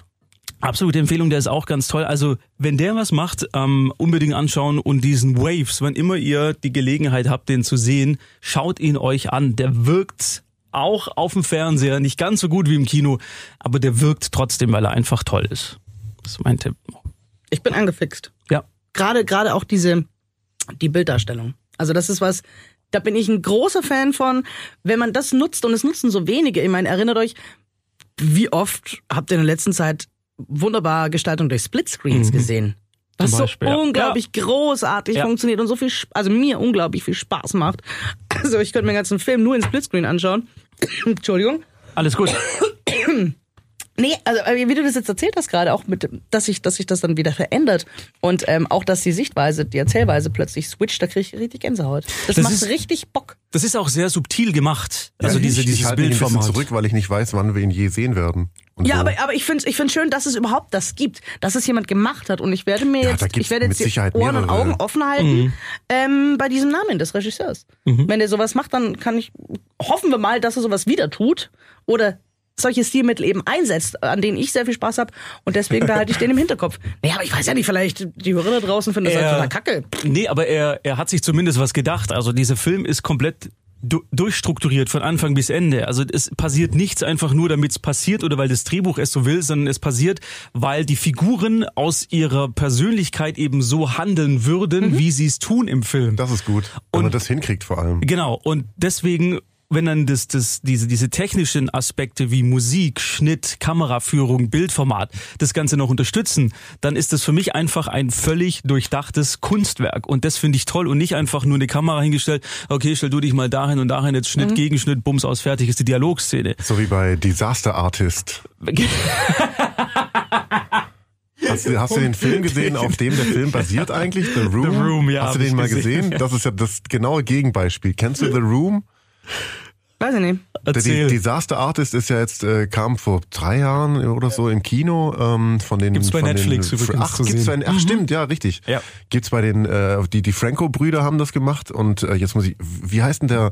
Speaker 7: Absolute Empfehlung, der ist auch ganz toll. Also, wenn der was macht, ähm, unbedingt anschauen und diesen Waves, wann immer ihr die Gelegenheit habt, den zu sehen, schaut ihn euch an. Der wirkt auch auf dem Fernseher nicht ganz so gut wie im Kino, aber der wirkt trotzdem, weil er einfach toll ist. Das ist mein Tipp.
Speaker 5: Ich bin angefixt.
Speaker 7: Ja.
Speaker 5: Gerade, gerade auch diese die Bilddarstellung. Also das ist was, da bin ich ein großer Fan von, wenn man das nutzt und es nutzen so wenige. Ich meine, erinnert euch, wie oft habt ihr in der letzten Zeit wunderbare Gestaltung durch Splitscreens gesehen? Was so
Speaker 7: Mhm. Beispiel, ja.
Speaker 5: unglaublich großartig
Speaker 7: Ja.
Speaker 5: funktioniert und so viel, Sp- also mir unglaublich viel Spaß macht. Also ich könnte mir den ganzen Film nur in Splitscreen anschauen. *coughs* Entschuldigung.
Speaker 7: Alles gut.
Speaker 5: Nee, also äh, wie du das jetzt erzählt hast gerade, auch mit, dass sich dass sich das dann wieder verändert und ähm, auch, dass die Sichtweise, die Erzählweise plötzlich switcht, da krieg ich richtig Gänsehaut. Das,
Speaker 7: Das
Speaker 5: macht
Speaker 7: ist-
Speaker 5: richtig Bock.
Speaker 7: Das ist auch sehr subtil gemacht. Also diese,
Speaker 6: ich, ich
Speaker 7: dieses
Speaker 6: halte mich ein bisschen
Speaker 7: Bildformat.
Speaker 6: zurück, weil ich nicht weiß, wann wir ihn je sehen werden. Und
Speaker 5: Ja,
Speaker 6: wo.
Speaker 5: aber, aber ich finde ich find schön, dass es überhaupt das gibt, dass es jemand gemacht hat. Und ich werde mir
Speaker 6: Ja, da
Speaker 5: jetzt,
Speaker 6: gibt's
Speaker 5: ich werde
Speaker 6: mit
Speaker 5: jetzt die
Speaker 6: Sicherheit
Speaker 5: Ohren und
Speaker 6: mehrere. Mhm.
Speaker 5: Augen offen halten ähm, bei diesem Namen des Regisseurs. Wenn der sowas macht, dann kann ich, hoffen wir mal, dass er sowas wieder tut oder solche Stilmittel eben einsetzt, an denen ich sehr viel Spaß habe. Und deswegen behalte ich den im Hinterkopf. Naja, aber ich weiß ja nicht, vielleicht die Hörer da draußen finden das
Speaker 7: Ja.
Speaker 5: einfach Kacke.
Speaker 7: Nee, aber er, er hat sich zumindest was gedacht. Also dieser Film ist komplett du durchstrukturiert von Anfang bis Ende. Also es passiert nichts einfach nur, damit es passiert oder weil das Drehbuch es so will, sondern es passiert, weil die Figuren aus ihrer Persönlichkeit eben so handeln würden, wie sie es tun im Film.
Speaker 6: das ist gut. Wenn
Speaker 7: Und-
Speaker 6: man das hinkriegt vor allem.
Speaker 7: Genau, und deswegen, wenn dann das, das, diese, diese technischen Aspekte wie Musik, Schnitt, Kameraführung, Bildformat das Ganze noch unterstützen, dann ist das für mich einfach ein völlig durchdachtes Kunstwerk. Und das finde ich toll und nicht einfach nur eine Kamera hingestellt, okay, stell du dich mal dahin und dahin, jetzt Schnitt, Gegenschnitt, Bums aus, fertig ist die Dialogszene.
Speaker 6: So wie bei Disaster Artist. Hast du, hast du den Film gesehen, auf dem der Film basiert eigentlich? The Room?
Speaker 7: The Room, ja,
Speaker 6: Hast du
Speaker 7: hab ich
Speaker 6: den mal
Speaker 7: gesehen,
Speaker 6: gesehen?
Speaker 7: ja.
Speaker 6: Das ist ja das genaue Gegenbeispiel. Kennst du The Room?
Speaker 5: Weiß ich nicht.
Speaker 6: Der
Speaker 7: Erzähl.
Speaker 6: Di- Disaster Artist ist ja jetzt, äh, kam vor drei Jahren oder so im Kino ähm, von den.
Speaker 7: Gibt's bei
Speaker 6: von
Speaker 7: Netflix
Speaker 6: den,
Speaker 7: übrigens
Speaker 6: Ach,
Speaker 7: zu
Speaker 6: gibt's
Speaker 7: sehen. Mhm.
Speaker 6: Bei, Ne- ach stimmt, ja, richtig.
Speaker 7: Ja.
Speaker 6: Gibt's bei den, äh, die, die Franco-Brüder haben das gemacht und äh, jetzt muss ich, wie heißt denn der,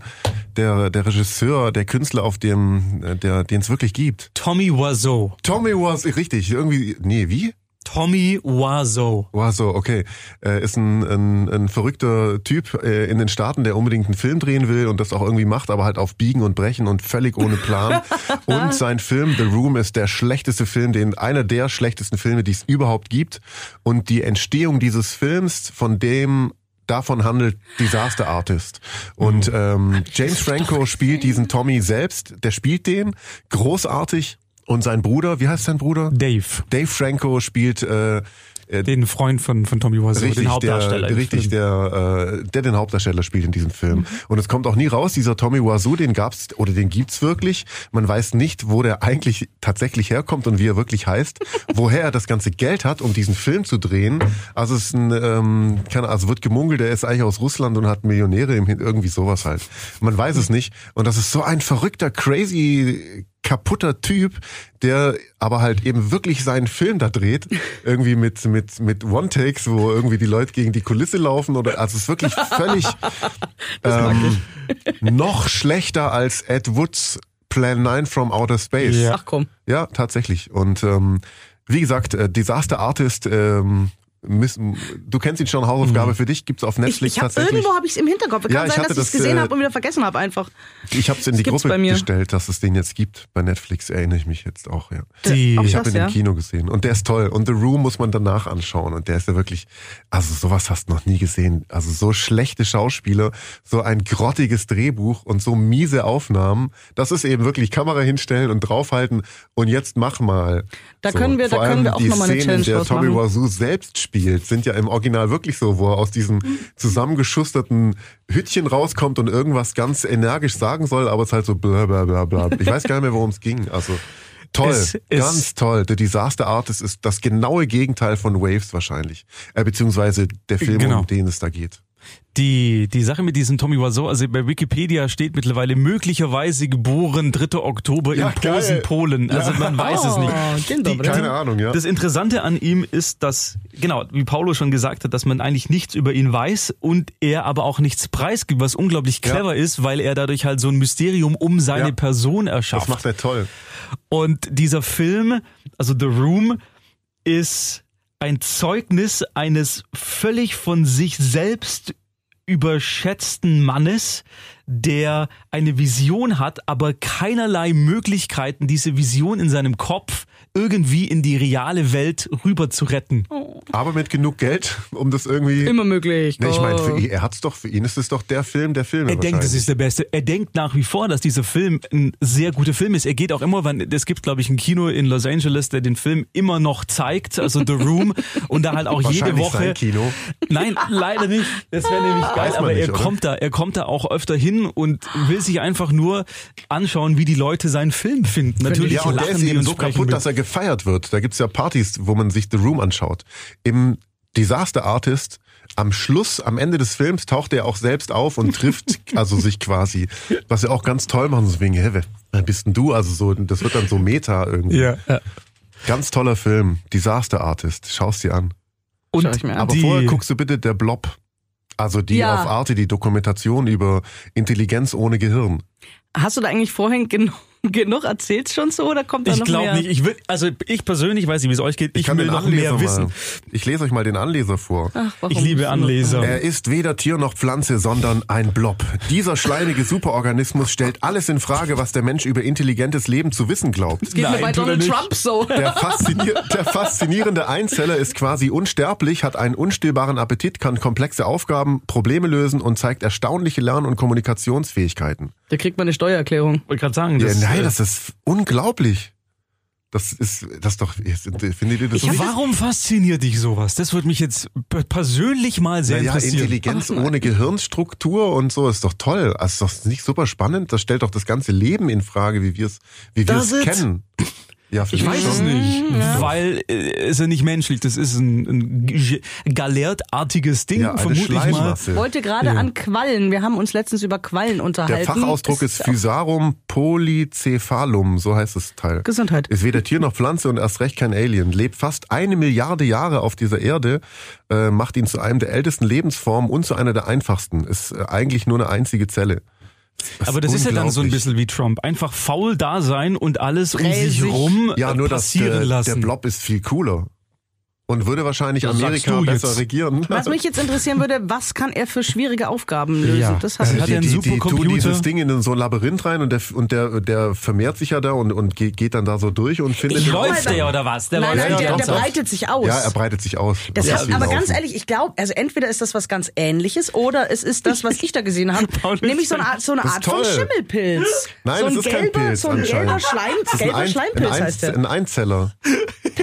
Speaker 6: der, der Regisseur, der Künstler, auf dem, äh, der, den es wirklich gibt?
Speaker 7: Tommy Wiseau.
Speaker 6: Tommy was, richtig, irgendwie, nee, wie?
Speaker 7: Tommy Wiseau.
Speaker 6: Wow, so, okay. Äh, ist ein, ein, ein verrückter Typ äh, in den Staaten, der unbedingt einen Film drehen will und das auch irgendwie macht, aber halt auf Biegen und Brechen und völlig ohne Plan. und sein Film The Room ist der schlechteste Film, den einer der schlechtesten Filme, die es überhaupt gibt. Und die Entstehung dieses Films, von dem davon handelt Disaster Artist. Und ähm, James Franco spielt diesen Tommy selbst, der spielt den großartig. Und sein Bruder, wie heißt sein Bruder?
Speaker 7: Dave,
Speaker 6: Dave Franco spielt äh, äh,
Speaker 7: den Freund von, von Tommy Wiseau, Also den Hauptdarsteller.
Speaker 6: der,
Speaker 7: im
Speaker 6: richtig,
Speaker 7: Film.
Speaker 6: der, äh, der den Hauptdarsteller spielt in diesem Film. Und es kommt auch nie raus, dieser Tommy Wiseau, den gab's oder den gibt's wirklich. Man weiß nicht, wo der eigentlich tatsächlich herkommt und wie er wirklich heißt, woher er das ganze Geld hat, um diesen Film zu drehen. Also es ist ein, ähm, keine, Ahnung, also wird gemungelt, er ist eigentlich aus Russland und hat Millionäre im Hin irgendwie sowas halt. Man weiß es nicht. Und das ist so ein verrückter, crazy kaputter Typ, der aber halt eben wirklich seinen Film da
Speaker 5: *laughs*
Speaker 6: dreht, irgendwie mit mit mit One Takes, wo irgendwie die Leute gegen die Kulisse laufen oder also es ist wirklich
Speaker 5: *laughs*
Speaker 6: völlig ähm, noch schlechter als Ed Woods Plan 9 from Outer Space.
Speaker 5: Ach komm.
Speaker 6: Ja, tatsächlich. Und ähm, wie gesagt, äh, Disaster Artist, ähm, müssen, du kennst ihn schon, Hausaufgabe für dich, gibt's auf
Speaker 5: Mhm. Ich,
Speaker 6: Netflix
Speaker 5: ich hab,
Speaker 6: tatsächlich.
Speaker 5: irgendwo habe ich es im Hinterkopf. Kann
Speaker 6: Ja, ich
Speaker 5: sein,
Speaker 6: hatte
Speaker 5: dass ich es
Speaker 6: das,
Speaker 5: gesehen
Speaker 6: äh,
Speaker 5: habe und wieder vergessen habe einfach.
Speaker 6: Ich habe es in die
Speaker 5: Das gibt's bei
Speaker 6: Gruppe
Speaker 5: mir.
Speaker 6: gestellt, dass es den jetzt gibt. Bei Netflix erinnere ich mich jetzt auch, ja.
Speaker 7: Die-
Speaker 5: Auch
Speaker 6: Ich habe
Speaker 5: das,
Speaker 6: ihn
Speaker 5: ja.
Speaker 6: im Kino gesehen und der ist toll. Und The Room muss man danach anschauen und der ist ja wirklich, also sowas hast du noch nie gesehen. Also so schlechte Schauspieler, so ein grottiges Drehbuch und so miese Aufnahmen. Das ist eben wirklich Kamera hinstellen und draufhalten und jetzt mach mal.
Speaker 5: Da
Speaker 6: so.
Speaker 5: können wir- da
Speaker 6: Vor allem
Speaker 5: können wir auch
Speaker 6: die
Speaker 5: noch mal eine
Speaker 6: Szenen,
Speaker 5: Challenge
Speaker 6: der
Speaker 5: draus
Speaker 6: Tommy
Speaker 5: machen.
Speaker 6: Wiseau selbst spielt, sind ja im Original wirklich so, wo er aus diesem zusammengeschusterten Hütchen rauskommt und irgendwas ganz energisch sagen soll, aber es halt so bla bla bla bla. Ich weiß gar nicht mehr, worum es ging. Also toll,
Speaker 7: Es ist-
Speaker 6: ganz toll. The Disaster Artist ist das genaue Gegenteil von Waves wahrscheinlich. Äh, beziehungsweise der Film,
Speaker 7: Genau.
Speaker 6: um den es da geht.
Speaker 7: Die, die Sache mit diesem Tommy Wiseau, also bei Wikipedia steht mittlerweile möglicherweise geboren 3. Oktober
Speaker 6: Ja,
Speaker 7: in Posen,
Speaker 6: geil.
Speaker 7: Polen. Also man weiß es nicht.
Speaker 5: Oh, Kinder,
Speaker 6: Keine *laughs* Ahnung, ja.
Speaker 7: Das Interessante an ihm ist, dass, genau, wie Paulo schon gesagt hat, dass man eigentlich nichts über ihn weiß und er aber auch nichts preisgibt, was unglaublich clever ist, weil er dadurch halt so ein Mysterium um seine
Speaker 6: Ja.
Speaker 7: Person
Speaker 6: Das
Speaker 7: erschafft.
Speaker 6: macht er toll.
Speaker 7: Und dieser Film, also The Room, ist ein Zeugnis eines völlig von sich selbst überschätzten Mannes, der eine Vision hat, aber keinerlei Möglichkeiten, diese Vision in seinem Kopf irgendwie in die reale Welt rüber zu retten.
Speaker 6: Aber mit genug Geld, *laughs* um das irgendwie.
Speaker 5: Immer möglich.
Speaker 6: Nee, ich meine,
Speaker 5: Oh.
Speaker 6: für ihn, er hat's doch, für ihn ist es doch der Film der Filme.
Speaker 7: Er denkt, es
Speaker 6: wahrscheinlich.
Speaker 7: ist der beste. Er denkt nach wie vor, dass dieser Film ein sehr guter Film ist. Er geht auch immer, wann es gibt, glaube ich, ein Kino in Los Angeles, der den Film immer noch zeigt, also The Room, und da halt auch jede
Speaker 6: Wahrscheinlich
Speaker 7: Woche.
Speaker 6: sein Kino.
Speaker 7: Nein, leider nicht. Das wäre nämlich geil.
Speaker 6: Weiß man
Speaker 7: Aber er
Speaker 6: nicht, oder?
Speaker 7: kommt da, er kommt da auch öfter hin und will sich einfach nur anschauen, wie die Leute seinen Film finden. Natürlich
Speaker 6: Ja, und
Speaker 7: lachen
Speaker 6: der ist
Speaker 7: die
Speaker 6: eben
Speaker 7: und
Speaker 6: so
Speaker 7: sprechen
Speaker 6: kaputt,
Speaker 7: mit.
Speaker 6: dass er gefeiert wird. Da gibt's ja Partys, wo man sich The Room anschaut. Im Disaster Artist, am Schluss, am Ende des Films, taucht er auch selbst auf und
Speaker 7: *laughs*
Speaker 6: trifft also sich quasi. Was er auch ganz toll machen, so wegen, hä, wer- wer bist denn du? Also so, das wird dann so Meta irgendwie.
Speaker 7: ja. ja.
Speaker 6: Ganz toller Film, Disaster Artist, schaust dir an.
Speaker 5: Schau ich mir an.
Speaker 6: Aber
Speaker 7: die-
Speaker 6: vorher guckst du bitte der Blob. Also die
Speaker 5: Ja.
Speaker 6: auf Arte, die Dokumentation über Intelligenz ohne Gehirn.
Speaker 5: Hast du da eigentlich vorhin genu *laughs* genug erzählt schon so oder kommt da
Speaker 7: Ich
Speaker 5: noch
Speaker 7: glaube
Speaker 5: mehr?
Speaker 7: nicht. Ich will, also ich persönlich weiß nicht, wie es euch geht. Ich, will noch mehr wissen.
Speaker 6: Mal. Ich lese euch mal den Anleser vor.
Speaker 5: Ach, warum
Speaker 7: Ich liebe Anleser.
Speaker 6: Er ist weder Tier noch Pflanze, sondern ein Blob. Dieser schleimige Superorganismus stellt alles in Frage, was der Mensch über intelligentes Leben zu wissen glaubt.
Speaker 5: Geht mir
Speaker 7: Nein,
Speaker 5: bei
Speaker 7: tut er
Speaker 5: Donald
Speaker 7: nicht.
Speaker 5: Trump *laughs* so.
Speaker 6: Der, faszinier der faszinierende Einzeller ist quasi unsterblich, hat einen unstillbaren Appetit, kann komplexe Aufgaben, Probleme lösen und zeigt erstaunliche Lern- und Kommunikationsfähigkeiten.
Speaker 5: Da kriegt man eine Steuererklärung.
Speaker 7: wollte gerade sagen,
Speaker 6: Ja,
Speaker 7: das,
Speaker 6: nein,
Speaker 7: äh,
Speaker 6: das ist unglaublich. Das ist, das ist doch, findet ihr das so
Speaker 7: Warum fasziniert dich sowas? Das würde mich jetzt p- persönlich mal sehr
Speaker 6: Naja,
Speaker 7: interessieren.
Speaker 6: Intelligenz ohne Gehirnstruktur und so ist doch toll. Also ist doch nicht super spannend. Das stellt doch das ganze Leben in Frage, wie wir es wie wir
Speaker 7: Das
Speaker 6: es
Speaker 7: ist-
Speaker 6: kennen. Ja, für
Speaker 7: Ich
Speaker 6: mich
Speaker 7: weiß es
Speaker 6: schon.
Speaker 7: nicht, Mhm. weil äh, ist ja nicht menschlich. Das ist ein, ein ge- galertartiges Ding,
Speaker 6: Ja, eine
Speaker 7: vermutlich mal.
Speaker 6: Schleimmasse.
Speaker 5: Wollte gerade an Quallen. Wir haben uns letztens über Quallen
Speaker 6: Der
Speaker 5: unterhalten.
Speaker 6: Fachausdruck ist Physarum polycephalum, so heißt das Teil.
Speaker 5: Gesundheit.
Speaker 6: Ist weder Tier noch Pflanze und erst recht kein Alien. Lebt fast eine Milliarde Jahre auf dieser Erde, äh, macht ihn zu einem der ältesten Lebensformen und zu einer der einfachsten. Ist äh, eigentlich nur eine einzige Zelle.
Speaker 7: Aber das ist ja dann so ein
Speaker 6: unglaublich.
Speaker 7: bisschen wie Trump. Einfach faul da sein und alles um sich
Speaker 5: Fräsig.
Speaker 7: rum äh,
Speaker 6: Ja, nur dass
Speaker 7: passieren
Speaker 6: der,
Speaker 7: lassen.
Speaker 6: der Blob ist viel cooler. Und würde wahrscheinlich
Speaker 7: Das sagst
Speaker 6: Amerika
Speaker 7: du
Speaker 6: besser
Speaker 7: jetzt.
Speaker 6: regieren.
Speaker 5: Was mich jetzt interessieren würde, was kann er für schwierige Aufgaben lösen? Das hat
Speaker 7: Also
Speaker 5: mich
Speaker 7: hat er einen
Speaker 6: die, die tun
Speaker 7: Supercomputer?
Speaker 6: dieses Ding in so ein Labyrinth rein und der, und der, der vermehrt sich ja da und, und ge- geht dann da so durch und findet.
Speaker 5: Ich
Speaker 6: den
Speaker 5: glaub,
Speaker 7: läuft
Speaker 5: Nein,
Speaker 7: der oder was? Der
Speaker 5: Nein,
Speaker 7: läuft
Speaker 5: nein,
Speaker 7: ja
Speaker 5: der, der
Speaker 7: ganz auf.
Speaker 5: breitet sich aus.
Speaker 6: ja, er breitet sich aus. genau.
Speaker 5: das
Speaker 6: ist
Speaker 5: hat,
Speaker 6: wie
Speaker 5: aber
Speaker 6: Laufen.
Speaker 5: ganz ehrlich, ich glaube, also entweder ist das was ganz ähnliches oder es ist das, was ich da gesehen
Speaker 6: *laughs*
Speaker 5: habe,
Speaker 7: Paul ist
Speaker 5: nämlich so eine Art, so eine
Speaker 6: Das ist
Speaker 5: Art von
Speaker 6: toll.
Speaker 5: Schimmelpilz.
Speaker 6: Nein,
Speaker 5: so ein
Speaker 6: das ist kein
Speaker 5: gelber,
Speaker 6: Pilz
Speaker 5: so ein gelber
Speaker 6: anscheinend.
Speaker 5: Schleim,
Speaker 6: Das ist ein
Speaker 5: gelber
Speaker 6: Ein-
Speaker 5: Schleimpilz
Speaker 6: ein,
Speaker 5: heißt der.
Speaker 6: Ein Einzeller.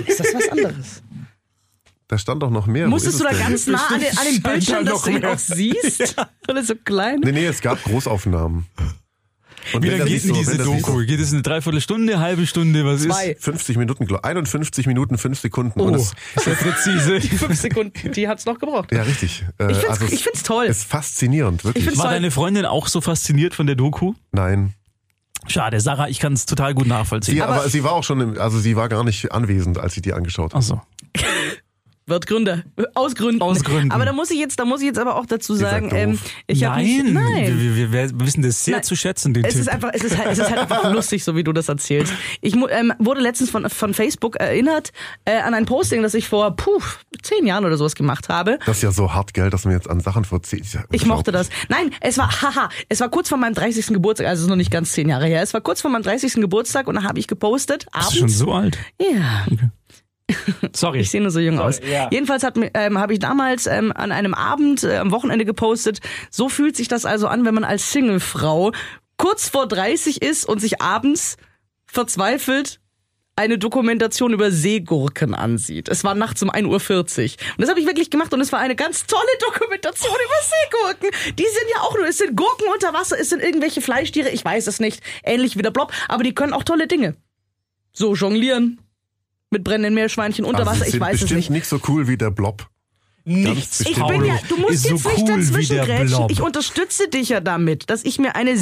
Speaker 5: Ist das was anderes?
Speaker 6: Da stand doch noch mehr. Wo ist
Speaker 5: Musstest du da
Speaker 6: es denn?
Speaker 5: ganz nah an den, an den
Speaker 7: Scheint
Speaker 5: Bildschirm,
Speaker 7: da
Speaker 5: dass
Speaker 7: noch
Speaker 5: du ihn
Speaker 7: mehr.
Speaker 5: auch
Speaker 7: *laughs*
Speaker 5: siehst? Weil er so klein
Speaker 6: Nee, nee, es gab Großaufnahmen. Und
Speaker 7: Wie
Speaker 6: wenn
Speaker 7: lange
Speaker 6: das
Speaker 7: geht
Speaker 6: nicht
Speaker 7: denn
Speaker 6: so-
Speaker 7: diese
Speaker 6: wenn das nicht
Speaker 7: Doku? Geht es eine Dreiviertelstunde, halbe Stunde? Was
Speaker 5: Zwei. Oh.
Speaker 7: ist?
Speaker 6: So 50 Minuten, glaub- 51 Minuten, 5 Sekunden.
Speaker 7: Oh.
Speaker 6: *laughs* Und es,
Speaker 7: Sehr präzise.
Speaker 5: *laughs* Fünf Sekunden, die hat's noch gebraucht.
Speaker 6: ja, richtig. Äh,
Speaker 5: Ich find's-
Speaker 6: es
Speaker 5: ich find's toll.
Speaker 6: Ist faszinierend, wirklich.
Speaker 5: Ich find's
Speaker 7: War
Speaker 5: toll.
Speaker 7: deine Freundin auch so fasziniert von der Doku?
Speaker 6: Nein.
Speaker 7: Schade, Sarah, ich kann es total gut nachvollziehen.
Speaker 6: Sie, aber, sie war auch schon, im, also sie war gar nicht anwesend, als ich die angeschaut habe.
Speaker 7: Achso.
Speaker 5: Wird Gründer. Aus Gründen.
Speaker 7: Aus Gründen.
Speaker 5: Aber da muss ich jetzt, da muss ich jetzt aber auch dazu sagen,
Speaker 6: seid
Speaker 5: ähm,
Speaker 6: doof.
Speaker 5: ich habe nicht.
Speaker 7: Nein,
Speaker 5: Nein.
Speaker 7: Wir, wir, wir wissen das sehr
Speaker 5: Nein.
Speaker 7: zu schätzen, den
Speaker 5: Es
Speaker 7: Tipp.
Speaker 5: ist, einfach, es, ist halt, es ist halt einfach lustig, so wie du das erzählst. Ich mu- ähm, wurde letztens von, von Facebook erinnert äh, an ein Posting, das ich vor puh, zehn Jahren oder sowas gemacht habe.
Speaker 6: Das ist ja so hart, gell, dass man jetzt an Sachen verzieht. Ist ja
Speaker 5: Oh. Ich mochte das.
Speaker 6: unglaublich.
Speaker 5: Nein, es war, haha, es war kurz vor meinem 30. Geburtstag, also es ist noch nicht ganz zehn Jahre her. Es war kurz vor meinem 30. Geburtstag und da habe ich gepostet,
Speaker 7: Bist du schon
Speaker 5: abends.
Speaker 7: so alt?
Speaker 5: Ja,
Speaker 7: Sorry.
Speaker 5: ich sehe nur so jung aus. Jedenfalls hat mir- ähm, habe ich damals ähm, an einem Abend, äh, am Wochenende gepostet, so fühlt sich das also an, wenn man als Singlefrau kurz vor 30 ist und sich abends verzweifelt eine Dokumentation über Seegurken ansieht. Es war nachts um 1.40 Uhr. Und das habe ich wirklich gemacht und es war eine ganz tolle *laughs* Dokumentation über Seegurken. Die sind ja auch nur, es sind Gurken unter Wasser, es sind irgendwelche Fleischtiere, ich weiß es nicht, ähnlich wie der Blob, aber die können auch tolle Dinge. So jonglieren mit brennenden Meerschweinchen unter
Speaker 6: Also
Speaker 5: Wasser,
Speaker 6: sie
Speaker 5: ich
Speaker 6: sind
Speaker 5: weiß es
Speaker 6: bestimmt
Speaker 5: nicht.
Speaker 6: nicht so cool wie der Blob.
Speaker 7: Nichts.
Speaker 5: Ich bin ja, du musst
Speaker 7: ist
Speaker 5: jetzt
Speaker 7: so
Speaker 5: nicht
Speaker 7: cool wie
Speaker 5: dazwischen
Speaker 7: der
Speaker 5: grätschen.
Speaker 7: Blob.
Speaker 5: Ich unterstütze dich ja damit, dass ich mir eine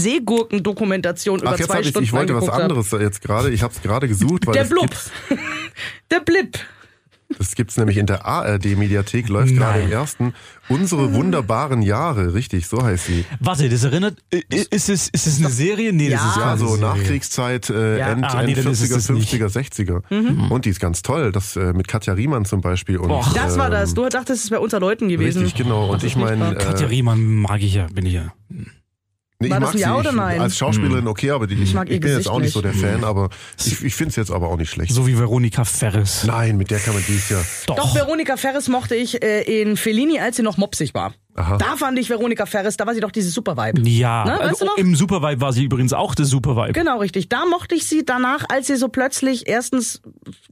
Speaker 5: Seegurken-Dokumentation über
Speaker 6: Ach, jetzt
Speaker 5: zwei
Speaker 6: habe ich,
Speaker 5: Stunden
Speaker 6: ich wollte was
Speaker 5: angeguckt habe.
Speaker 6: anderes jetzt gerade. Ich habe es gerade gesucht, weil
Speaker 5: Der
Speaker 6: das
Speaker 5: Blub.
Speaker 6: gibt's,
Speaker 5: *laughs* Der Blip.
Speaker 6: das gibt's nämlich in der ARD-Mediathek, läuft gerade im ersten. Unsere wunderbaren Jahre, richtig, so heißt sie.
Speaker 7: Warte, das erinnert. i- i- Ist es, ist es eine Serie? Nee, das
Speaker 5: Ja. also
Speaker 7: ist
Speaker 6: Ja,
Speaker 7: keine
Speaker 6: so
Speaker 7: Serie.
Speaker 6: Also Nachkriegszeit, äh,
Speaker 5: Ah. Ja.
Speaker 6: End,
Speaker 7: Ah, nee,
Speaker 6: End
Speaker 7: dann ist es
Speaker 6: 40er,
Speaker 7: das nicht.
Speaker 6: 50er, 60er.
Speaker 5: Mhm.
Speaker 6: Und die ist ganz toll. Das äh, mit Katja Riemann zum Beispiel. Und,
Speaker 7: Och.
Speaker 5: Das war das.
Speaker 6: ähm, genau.
Speaker 5: Du dachtest, es wäre unter Leuten gewesen.
Speaker 7: Äh,
Speaker 6: Richtig, genau. Und ich
Speaker 5: nicht
Speaker 6: meine,
Speaker 5: wahr.
Speaker 6: äh,
Speaker 7: Katja Riemann mag ich ja, bin ich ja.
Speaker 6: Nee,
Speaker 5: War
Speaker 6: ich
Speaker 5: das
Speaker 6: mag
Speaker 5: ein Ja
Speaker 6: sie.
Speaker 5: oder
Speaker 6: ich,
Speaker 5: nein?
Speaker 6: Als Schauspielerin okay, aber die, ich, ich,
Speaker 5: mag ihr
Speaker 6: bin jetzt
Speaker 5: Gesicht
Speaker 6: auch nicht so der
Speaker 5: nicht.
Speaker 6: Fan, aber ich, ich finde es jetzt aber auch nicht schlecht.
Speaker 7: So wie Veronika Ferres.
Speaker 6: Nein, mit der kann man dies Jahr.
Speaker 5: Doch, Veronika Ferris mochte ich äh, in Fellini, als sie noch mopsig war.
Speaker 6: Aha.
Speaker 5: Da fand ich Veronika Ferris, da war sie doch diese Supervibe.
Speaker 7: Ja,
Speaker 5: Ne, weißt
Speaker 7: also,
Speaker 5: du noch?
Speaker 7: im Supervibe war sie übrigens auch der Supervibe.
Speaker 5: Genau, richtig. Da mochte ich sie danach, als sie so plötzlich erstens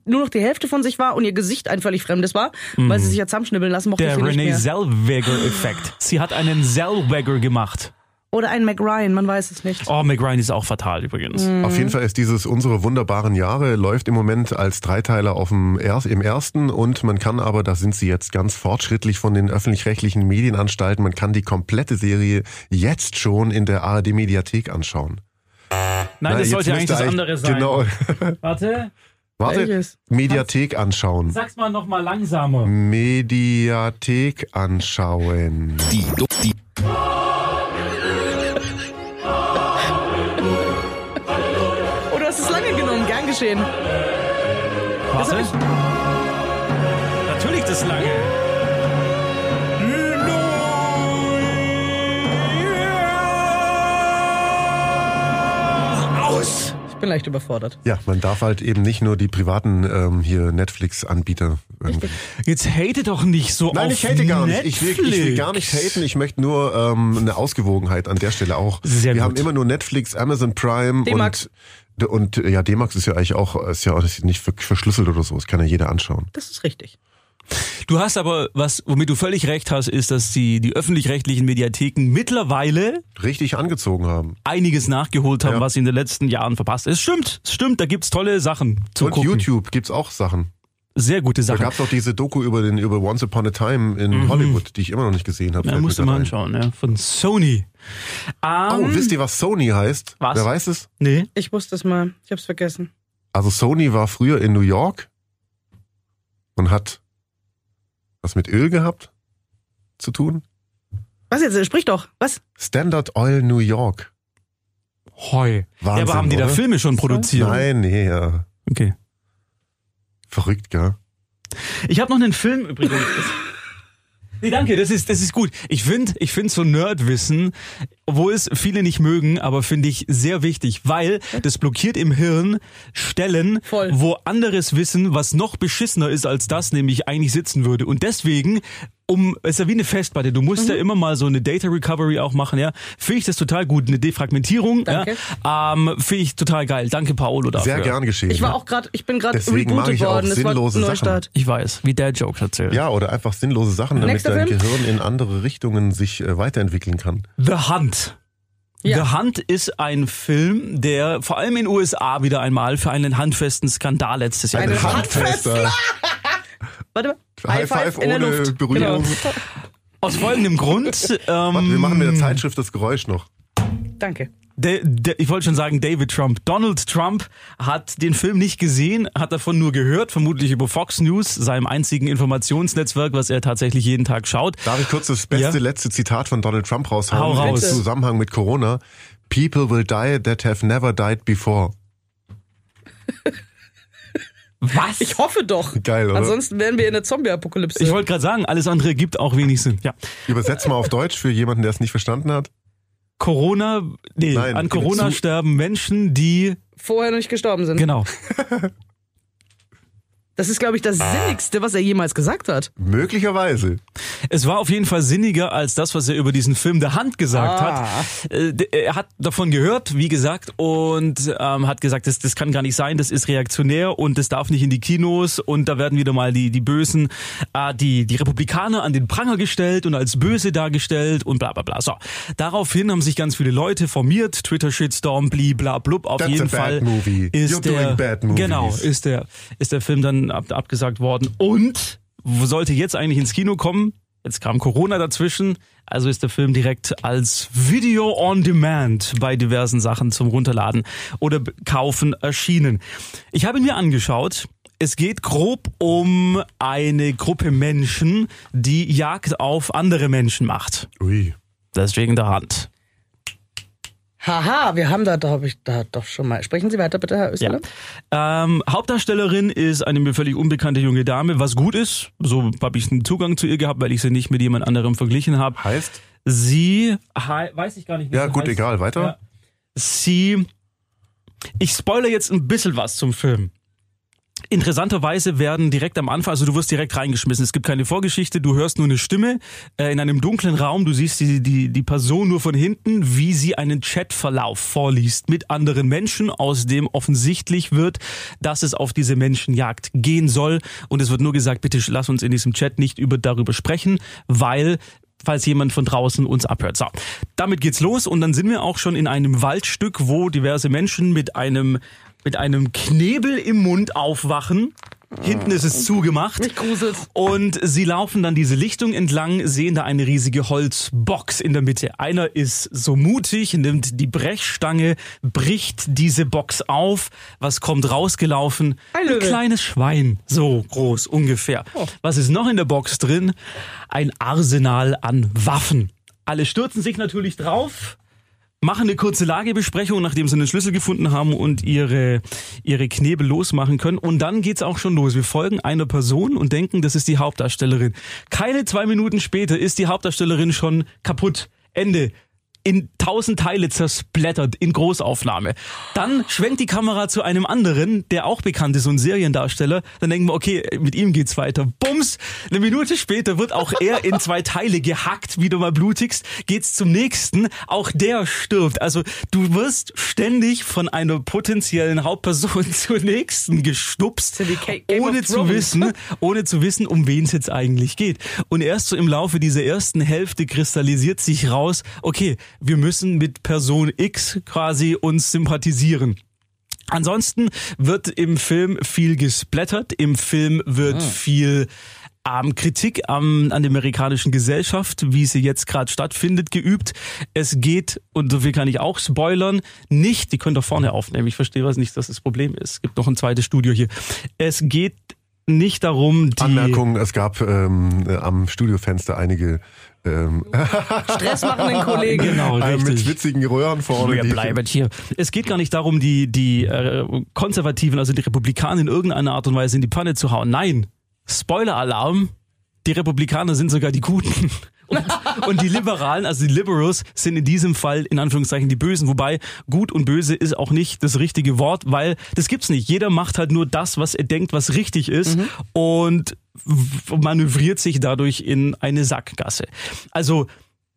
Speaker 5: nur noch die Hälfte von sich war und ihr Gesicht ein völlig fremdes war, weil
Speaker 6: Mhm.
Speaker 5: sie sich ja zusammenschnibbeln lassen mochte. ich
Speaker 7: Der
Speaker 5: sie nicht
Speaker 7: Renee
Speaker 5: mehr.
Speaker 7: Zellweger-Effekt. Sie hat einen Zellweger gemacht.
Speaker 5: Oder ein Mac Ryan, man weiß es nicht.
Speaker 7: Oh, McRyan ist auch fatal übrigens.
Speaker 5: Mhm.
Speaker 6: Auf jeden Fall ist dieses Unsere wunderbaren Jahre läuft im Moment als Dreiteiler auf dem er im ersten und man kann aber, da sind sie jetzt ganz fortschrittlich von den öffentlich-rechtlichen Medienanstalten, man kann die komplette Serie jetzt schon in der ARD-Mediathek anschauen.
Speaker 7: Nein,
Speaker 6: Na,
Speaker 7: das
Speaker 6: jetzt
Speaker 7: Ah, sollte eigentlich
Speaker 6: müsste
Speaker 7: das andere sein.
Speaker 6: Genau. *laughs*
Speaker 7: Warte,
Speaker 6: Warte,
Speaker 5: Welches?
Speaker 6: Mediathek anschauen.
Speaker 7: sag's mal nochmal langsamer.
Speaker 6: Mediathek anschauen.
Speaker 1: Die, Do die
Speaker 5: Oh, du hast es lange genommen, gern geschehen.
Speaker 7: Warte. Natürlich das lange. Aus!
Speaker 5: Ich bin leicht überfordert.
Speaker 6: Ja, man darf halt eben nicht nur die privaten ähm, hier Netflix-Anbieter. irgendwie-
Speaker 7: Jetzt hate doch nicht so
Speaker 6: Nein,
Speaker 7: auf
Speaker 6: ich hate gar nicht. Ich will,
Speaker 7: Netflix.
Speaker 6: ich will gar nicht haten. Ich möchte nur ähm, eine Ausgewogenheit an der Stelle auch.
Speaker 7: Sehr
Speaker 6: Wir
Speaker 7: gut.
Speaker 6: haben immer nur Netflix, Amazon Prime
Speaker 5: D-Max.
Speaker 6: und und äh, ja, D-Max ist ja eigentlich auch ist ja auch nicht ver- verschlüsselt oder so. Das kann ja jeder anschauen.
Speaker 5: Das ist richtig.
Speaker 7: Du hast aber, was, womit du völlig recht hast, ist, dass die, die öffentlich-rechtlichen Mediatheken mittlerweile
Speaker 6: Richtig angezogen haben.
Speaker 7: einiges nachgeholt haben,
Speaker 6: Ja.
Speaker 7: was sie in den letzten Jahren verpasst. Es stimmt, es stimmt, da gibt's tolle Sachen zu
Speaker 6: und
Speaker 7: gucken.
Speaker 6: YouTube gibt's auch Sachen.
Speaker 7: Sehr gute
Speaker 6: Da
Speaker 7: Sachen. Mhm.
Speaker 6: gab's auch diese Doku über den über Once Upon a Time in Hollywood, die ich immer noch nicht gesehen habe.
Speaker 7: Ja,
Speaker 6: Fällt
Speaker 7: musst du
Speaker 6: mir
Speaker 7: mal
Speaker 6: gerade ein.
Speaker 7: anschauen, ja. Von Sony.
Speaker 6: Oh,
Speaker 7: Ähm,
Speaker 6: wisst ihr, was Sony heißt?
Speaker 7: Was?
Speaker 6: Wer weiß es?
Speaker 7: nee.
Speaker 5: Ich wusste es mal, ich hab's vergessen.
Speaker 6: Also Sony war früher in New York und hat was mit Öl gehabt zu tun.
Speaker 5: Was jetzt? Sprich doch. Was?
Speaker 6: Standard Oil New York.
Speaker 7: Hoi.
Speaker 6: Wahnsinn,
Speaker 7: ja, aber haben die da
Speaker 6: oder?
Speaker 7: Filme schon produziert?
Speaker 6: Nein, nee, ja.
Speaker 7: Okay.
Speaker 6: Verrückt, gell?
Speaker 7: Ich habe noch einen Film übrigens. *laughs* Nee, danke, das ist, das ist gut. Ich finde ich find so Nerdwissen, obwohl es viele nicht mögen, aber finde ich sehr wichtig, weil das blockiert im Hirn Stellen,
Speaker 5: Voll.
Speaker 7: wo anderes Wissen, was noch beschissener ist als das, nämlich eigentlich sitzen würde. Und deswegen, um, es ist ja wie eine Festplatte, du musst ja immer mal so eine Data Recovery auch machen, ja. Finde ich das total gut, eine Defragmentierung,
Speaker 5: Danke.
Speaker 7: ja. Ähm, Finde ich total geil. Danke, Paolo, dafür.
Speaker 6: Sehr gern geschehen.
Speaker 5: Ich war auch gerade, ich bin gerade
Speaker 6: Deswegen mag
Speaker 5: rebootet
Speaker 6: ich auch
Speaker 5: worden. Es war
Speaker 6: sinnlose Sachen.
Speaker 5: Neustart.
Speaker 7: Ich weiß, wie der Joke erzählt.
Speaker 6: ja, oder einfach sinnlose Sachen, damit
Speaker 5: Nächster
Speaker 6: dein
Speaker 5: Film?
Speaker 6: Gehirn in andere Richtungen sich äh, weiterentwickeln kann.
Speaker 7: The Hunt.
Speaker 5: Ja.
Speaker 7: The Hunt ist ein Film, der vor allem in den USA wieder einmal für einen handfesten Skandal letztes Jahr.
Speaker 5: Eine
Speaker 7: gesorgt hat.
Speaker 6: Handfester.
Speaker 5: Warte mal.
Speaker 6: High Five
Speaker 5: in der
Speaker 6: ohne
Speaker 5: Luft.
Speaker 6: Berührung.
Speaker 5: Genau. *laughs*
Speaker 7: Aus folgendem Grund, ähm,
Speaker 6: Wir machen mit der Zeitschrift das Geräusch noch.
Speaker 5: Danke.
Speaker 7: der- der- ich wollte schon sagen David Trump. Donald Trump hat den Film nicht gesehen, hat davon nur gehört, vermutlich über Fox News, seinem einzigen Informationsnetzwerk, was er tatsächlich jeden Tag schaut.
Speaker 6: Darf ich kurz das beste
Speaker 7: Ja.
Speaker 6: letzte Zitat von Donald Trump raushauen
Speaker 7: Hau raus.
Speaker 6: im Zusammenhang mit Corona? People will die that have never died before.
Speaker 7: Was?
Speaker 5: Ich hoffe doch.
Speaker 6: Geil, oder?
Speaker 5: Ansonsten wären wir in der Zombie-Apokalypse.
Speaker 7: Ich wollte gerade sagen, alles andere gibt auch wenig Sinn. Ja.
Speaker 6: Übersetz mal auf Deutsch für jemanden, der es nicht verstanden hat.
Speaker 7: Corona, nee,
Speaker 6: Nein,
Speaker 7: an Corona
Speaker 6: zu-
Speaker 7: sterben Menschen, die,
Speaker 5: Vorher noch nicht gestorben sind.
Speaker 7: genau.
Speaker 5: Das ist, glaube ich, das
Speaker 6: Ah.
Speaker 5: Sinnigste, was er jemals gesagt hat.
Speaker 6: Möglicherweise.
Speaker 7: Es war auf jeden Fall sinniger als das, was er über diesen Film der Hand gesagt
Speaker 5: Ah.
Speaker 7: hat. Äh, d- Er hat davon gehört, wie gesagt, und ähm, hat gesagt, das, das kann gar nicht sein, das ist reaktionär und das darf nicht in die Kinos und da werden wieder mal die, die Bösen, äh, die, die Republikaner an den Pranger gestellt und als böse dargestellt und bla bla bla. So. Daraufhin haben sich ganz viele Leute formiert, Twitter-Shitstorm, bli bla blub, auf
Speaker 6: That's
Speaker 7: jeden
Speaker 6: a bad
Speaker 7: Fall
Speaker 6: movie.
Speaker 7: ist
Speaker 6: You're
Speaker 7: der,
Speaker 6: doing bad movies.
Speaker 7: Genau, ist der, ist der Film dann ab, abgesagt worden. Und wo sollte jetzt eigentlich ins Kino kommen? Jetzt kam Corona dazwischen, also ist der Film direkt als Video on Demand bei diversen Sachen zum Runterladen oder b- Kaufen erschienen. Ich habe ihn mir angeschaut. Es geht grob um eine Gruppe Menschen, die Jagd auf andere Menschen macht.
Speaker 6: Ui.
Speaker 7: Deswegen der Hand.
Speaker 5: Haha, wir haben da, glaube ich, da doch schon mal. Sprechen Sie weiter bitte, Herr Österle.
Speaker 7: Ähm, Hauptdarstellerin ist eine mir völlig unbekannte junge Dame, was gut ist. So habe ich einen Zugang zu ihr gehabt, weil ich sie nicht mit jemand anderem verglichen habe.
Speaker 6: Heißt?
Speaker 7: Sie, hei- weiß ich gar nicht, wie
Speaker 6: Ja,
Speaker 7: sie
Speaker 6: gut,
Speaker 7: heißt.
Speaker 6: egal, weiter.
Speaker 7: Ja. Sie, ich spoilere jetzt ein bisschen was zum Film. Interessanterweise werden direkt am Anfang, also du wirst direkt reingeschmissen. Es gibt keine Vorgeschichte, du hörst nur eine Stimme äh, in einem dunklen Raum. Du siehst die, die, die Person nur von hinten, wie sie einen Chatverlauf vorliest mit anderen Menschen, aus dem offensichtlich wird, dass es auf diese Menschenjagd gehen soll. Und es wird nur gesagt, bitte lass uns in diesem Chat nicht über, darüber sprechen, weil falls jemand von draußen uns abhört. So, damit geht's los und dann sind wir auch schon in einem Waldstück, wo diverse Menschen mit einem mit einem Knebel im Mund aufwachen. Hinten ist es zugemacht. Und sie laufen dann diese Lichtung entlang, sehen da eine riesige Holzbox in der Mitte. Einer ist so mutig, nimmt die Brechstange, bricht diese Box auf. Was kommt rausgelaufen?
Speaker 5: Ein Löwe. Oh.
Speaker 7: kleines Schwein, so groß ungefähr. Was ist noch in der Box drin? Ein Arsenal an Waffen. Alle stürzen sich natürlich drauf machen eine kurze Lagebesprechung, nachdem sie einen Schlüssel gefunden haben und ihre, ihre Knebel losmachen können. Und dann geht's auch schon los. Wir folgen einer Person und denken, das ist die Hauptdarstellerin. Keine zwei Minuten später ist die Hauptdarstellerin schon kaputt. Ende. In tausend Teile zersplattert in Großaufnahme. Dann schwenkt die Kamera zu einem anderen, der auch bekannt ist, so ein Seriendarsteller. Dann denken wir, okay, mit ihm geht's weiter. Bums! Eine Minute später wird auch er in zwei Teile gehackt, wieder mal blutigst. Geht's zum nächsten, auch der stirbt. Also du wirst ständig von einer potenziellen Hauptperson *laughs* zur nächsten
Speaker 5: ist
Speaker 7: gestupst,
Speaker 5: ja wie Ga- Game of
Speaker 7: ohne zu
Speaker 5: Thrones.
Speaker 7: wissen, ohne zu wissen, um wen es jetzt eigentlich geht. Und erst so im Laufe dieser ersten Hälfte kristallisiert sich raus, okay, wir müssen mit Person X quasi uns sympathisieren. Ansonsten wird im Film viel gesplattert, im Film wird
Speaker 6: Ah.
Speaker 7: viel ähm, Kritik am, an der amerikanischen Gesellschaft, wie sie jetzt gerade stattfindet, geübt. Es geht, und so viel kann ich auch spoilern, nicht, die können doch vorne aufnehmen, ich verstehe was nicht, dass das Problem ist. Es gibt noch ein zweites Studio hier. Es geht nicht darum, die...
Speaker 6: Anmerkung, es gab ähm, äh, am Studiofenster einige ähm, *laughs*
Speaker 5: Stressmachenden Kollegen.
Speaker 7: Genau,
Speaker 6: äh,
Speaker 7: richtig.
Speaker 6: mit witzigen Röhren vorne.
Speaker 7: Wir
Speaker 6: die-
Speaker 7: bleiben hier. Es geht gar nicht darum, die, die äh, Konservativen, also die Republikaner in irgendeiner Art und Weise in die Panne zu hauen. Nein, Spoiler-Alarm, die Republikaner sind sogar die Guten. *laughs* Und, und die Liberalen, also die Liberals, sind in diesem Fall in Anführungszeichen die Bösen. Wobei gut und böse ist auch nicht das richtige Wort, weil das gibt's nicht. Jeder macht halt nur das, was er denkt, was richtig ist und w- manövriert sich dadurch in eine Sackgasse. Also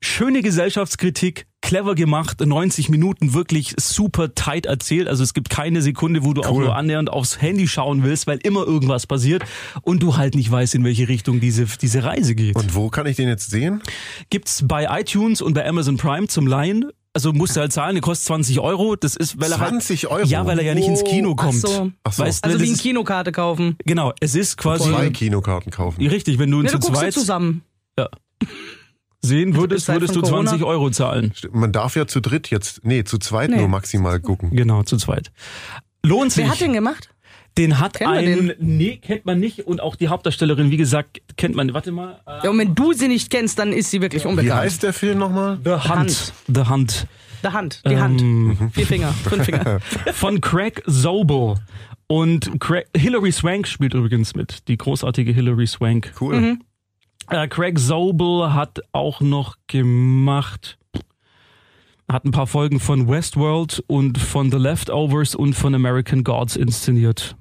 Speaker 7: schöne Gesellschaftskritik, clever gemacht, 90 Minuten wirklich super tight erzählt. Also es gibt keine Sekunde, wo du auch
Speaker 6: Cool.
Speaker 7: nur annähernd aufs Handy schauen willst, weil immer irgendwas passiert und du halt nicht weißt, in welche Richtung diese, diese Reise geht.
Speaker 6: Und wo kann ich den jetzt sehen?
Speaker 7: Gibt's bei iTunes und bei Amazon Prime zum Laien. Also musst du halt zahlen, der kostet 20 Euro. Das ist, weil er halt,
Speaker 6: 20 Euro?
Speaker 7: Ja, weil er ja nicht ins Kino
Speaker 5: Oh, ach
Speaker 7: kommt.
Speaker 5: so.
Speaker 6: Ach so.
Speaker 7: Weißt du,
Speaker 5: Also
Speaker 7: das
Speaker 5: wie eine
Speaker 7: ist,
Speaker 5: Kinokarte kaufen.
Speaker 7: genau, es ist quasi
Speaker 6: Zwei Kinokarten kaufen.
Speaker 7: richtig, wenn du
Speaker 5: Ja,
Speaker 7: zu
Speaker 5: du guckst sie
Speaker 7: zweit
Speaker 5: zusammen. Also
Speaker 7: sehen würdest,
Speaker 5: Zeit
Speaker 7: würdest du
Speaker 5: halt von
Speaker 7: 20
Speaker 5: Corona.
Speaker 7: Euro zahlen.
Speaker 6: Man darf ja zu dritt jetzt, nee, zu zweit
Speaker 5: Nee.
Speaker 6: nur maximal gucken.
Speaker 7: Genau, zu zweit. Lohnt sich.
Speaker 5: Wer hat den gemacht?
Speaker 7: Den hat
Speaker 5: Kennen wir
Speaker 7: einen, nee, kennt man nicht und auch die Hauptdarstellerin, wie gesagt, kennt man, warte mal, äh,
Speaker 5: Ja, und wenn du sie nicht kennst, dann ist sie wirklich
Speaker 6: Wie
Speaker 5: unbekannt.
Speaker 6: heißt der Film nochmal?
Speaker 7: The Hunt.
Speaker 5: Hunt.
Speaker 7: The Hunt. Ähm,
Speaker 5: Die Hand, die
Speaker 6: Ähm.
Speaker 5: Mhm. Hand. Vier
Speaker 6: *laughs*
Speaker 5: Finger, fünf Finger.
Speaker 7: Von Craig Zobel. Und Craig, Hilary Swank spielt übrigens mit, die großartige Hilary Swank.
Speaker 6: Cool.
Speaker 7: Äh, Craig Zobel hat auch noch gemacht, hat ein paar Folgen von Westworld und von The Leftovers und von American Gods inszeniert.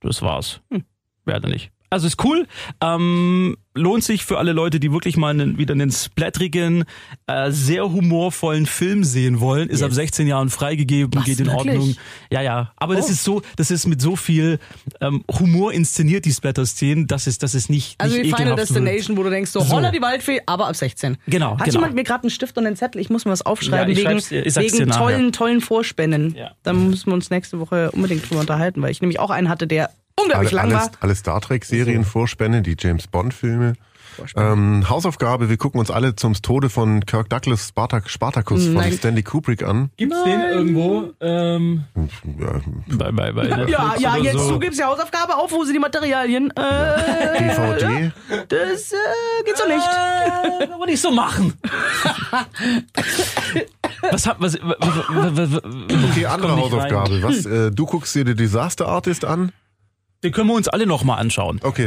Speaker 7: Das war's.
Speaker 5: Hm.
Speaker 7: Werde nicht. Also ist cool, ähm, lohnt sich für alle Leute, die wirklich mal einen, wieder einen splatterigen, äh, sehr humorvollen Film sehen wollen. Ist ab 16 Jahren freigegeben,
Speaker 5: Was,
Speaker 7: geht in
Speaker 5: wirklich?
Speaker 7: Ordnung. Ja, ja. Aber das
Speaker 5: Oh.
Speaker 7: ist so, das ist mit so viel ähm, Humor inszeniert, die Splatter-Szenen, dass es, dass es nicht,
Speaker 5: Also
Speaker 7: nicht
Speaker 5: wie Final
Speaker 7: ekelhaft wird.
Speaker 5: Destination, wo du denkst, so,
Speaker 7: So.
Speaker 5: holla die Waldfee, aber ab 16.
Speaker 7: Genau,
Speaker 5: Hat
Speaker 7: genau.
Speaker 5: jemand mir gerade einen Stift und einen Zettel? Ich muss mir was aufschreiben
Speaker 7: Ja, ich
Speaker 5: wegen,
Speaker 7: schreib's dir- ich sag's dir
Speaker 5: wegen
Speaker 7: nachher.
Speaker 5: tollen, tollen Vorspenden.
Speaker 7: Ja.
Speaker 5: Dann müssen wir uns nächste Woche unbedingt drüber unterhalten, weil ich nämlich auch einen hatte, der unglaublich lang
Speaker 6: Alle,
Speaker 5: war.
Speaker 6: alle, alle Star Trek-Serien, Vorspänne, die James Bond-Filme. Ähm, Hausaufgabe, wir gucken uns alle zum Tode von Kirk Douglas Spartak Spartacus
Speaker 5: Nein.
Speaker 6: von Stanley Kubrick an.
Speaker 7: Gibt's den irgendwo? Ähm,
Speaker 6: Ja,
Speaker 7: bei, bei, bei Netflix
Speaker 5: Ja, ja,
Speaker 7: oder
Speaker 5: jetzt
Speaker 7: so.
Speaker 5: du gibst die Hausaufgabe auf, wo sind die Materialien? Äh,
Speaker 6: DVD.
Speaker 5: das äh, geht so nicht.
Speaker 7: Äh, kann man nicht so machen. *laughs* was hat was? was, was, was
Speaker 6: Okay, andere Hausaufgabe. Was? Äh, du guckst dir The Disaster Artist an?
Speaker 7: Den können wir uns alle nochmal anschauen.
Speaker 6: Okay.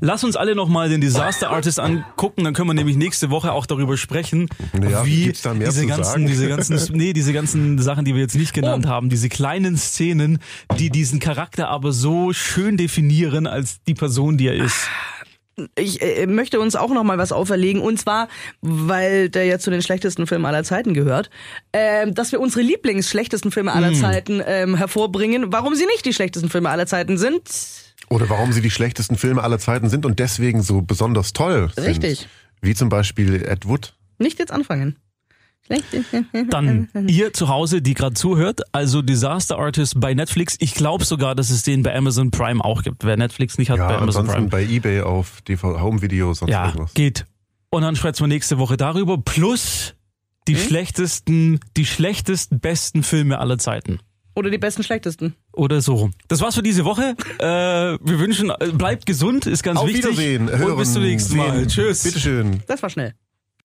Speaker 7: Lass uns alle nochmal den Disaster Artist angucken, dann können wir nämlich nächste Woche auch darüber sprechen,
Speaker 6: Ja,
Speaker 7: wie
Speaker 6: gibt's da mehr
Speaker 7: diese
Speaker 6: zu
Speaker 7: ganzen,
Speaker 6: sagen?
Speaker 7: diese
Speaker 6: *laughs*
Speaker 7: ganzen, nee, diese ganzen Sachen, die wir jetzt nicht genannt haben, diese kleinen Szenen, die diesen Charakter aber so schön definieren als die Person, die er ist.
Speaker 5: ich äh, möchte uns auch noch mal was auferlegen und zwar, weil der ja zu den schlechtesten Filmen aller Zeiten gehört, ähm, dass wir unsere Lieblingsschlechtesten Filme aller Zeiten ähm, hervorbringen, warum sie nicht die schlechtesten Filme aller Zeiten sind.
Speaker 6: Oder warum sie die schlechtesten Filme aller Zeiten sind und deswegen so besonders toll sind.
Speaker 5: Richtig.
Speaker 6: Wie zum Beispiel Ed Wood.
Speaker 5: Nicht jetzt anfangen. Schlecht.
Speaker 7: Dann
Speaker 5: Mhm.
Speaker 7: ihr zu Hause, die gerade zuhört, also Disaster Artist bei Netflix. Ich glaube sogar, dass es den bei Amazon Prime auch gibt. Wer Netflix nicht hat,
Speaker 6: Ja,
Speaker 7: bei Amazon
Speaker 6: ansonsten
Speaker 7: Prime.
Speaker 6: bei Ebay auf DV Home Video, sonst
Speaker 7: Ja,
Speaker 6: irgendwas.
Speaker 7: geht. Und dann sprechen wir nächste Woche darüber. Plus die schlechtesten, die schlechtesten, besten Filme aller Zeiten.
Speaker 5: *laughs* Oder die besten schlechtesten.
Speaker 7: Oder so rum. Das war's für diese Woche. Äh, wir wünschen, äh, bleibt gesund, ist ganz
Speaker 6: Auf
Speaker 7: wichtig.
Speaker 6: Wiedersehen, hören,
Speaker 7: Und bis zum nächsten
Speaker 6: sehen.
Speaker 7: Mal. Tschüss.
Speaker 6: Bitteschön.
Speaker 5: Das war schnell.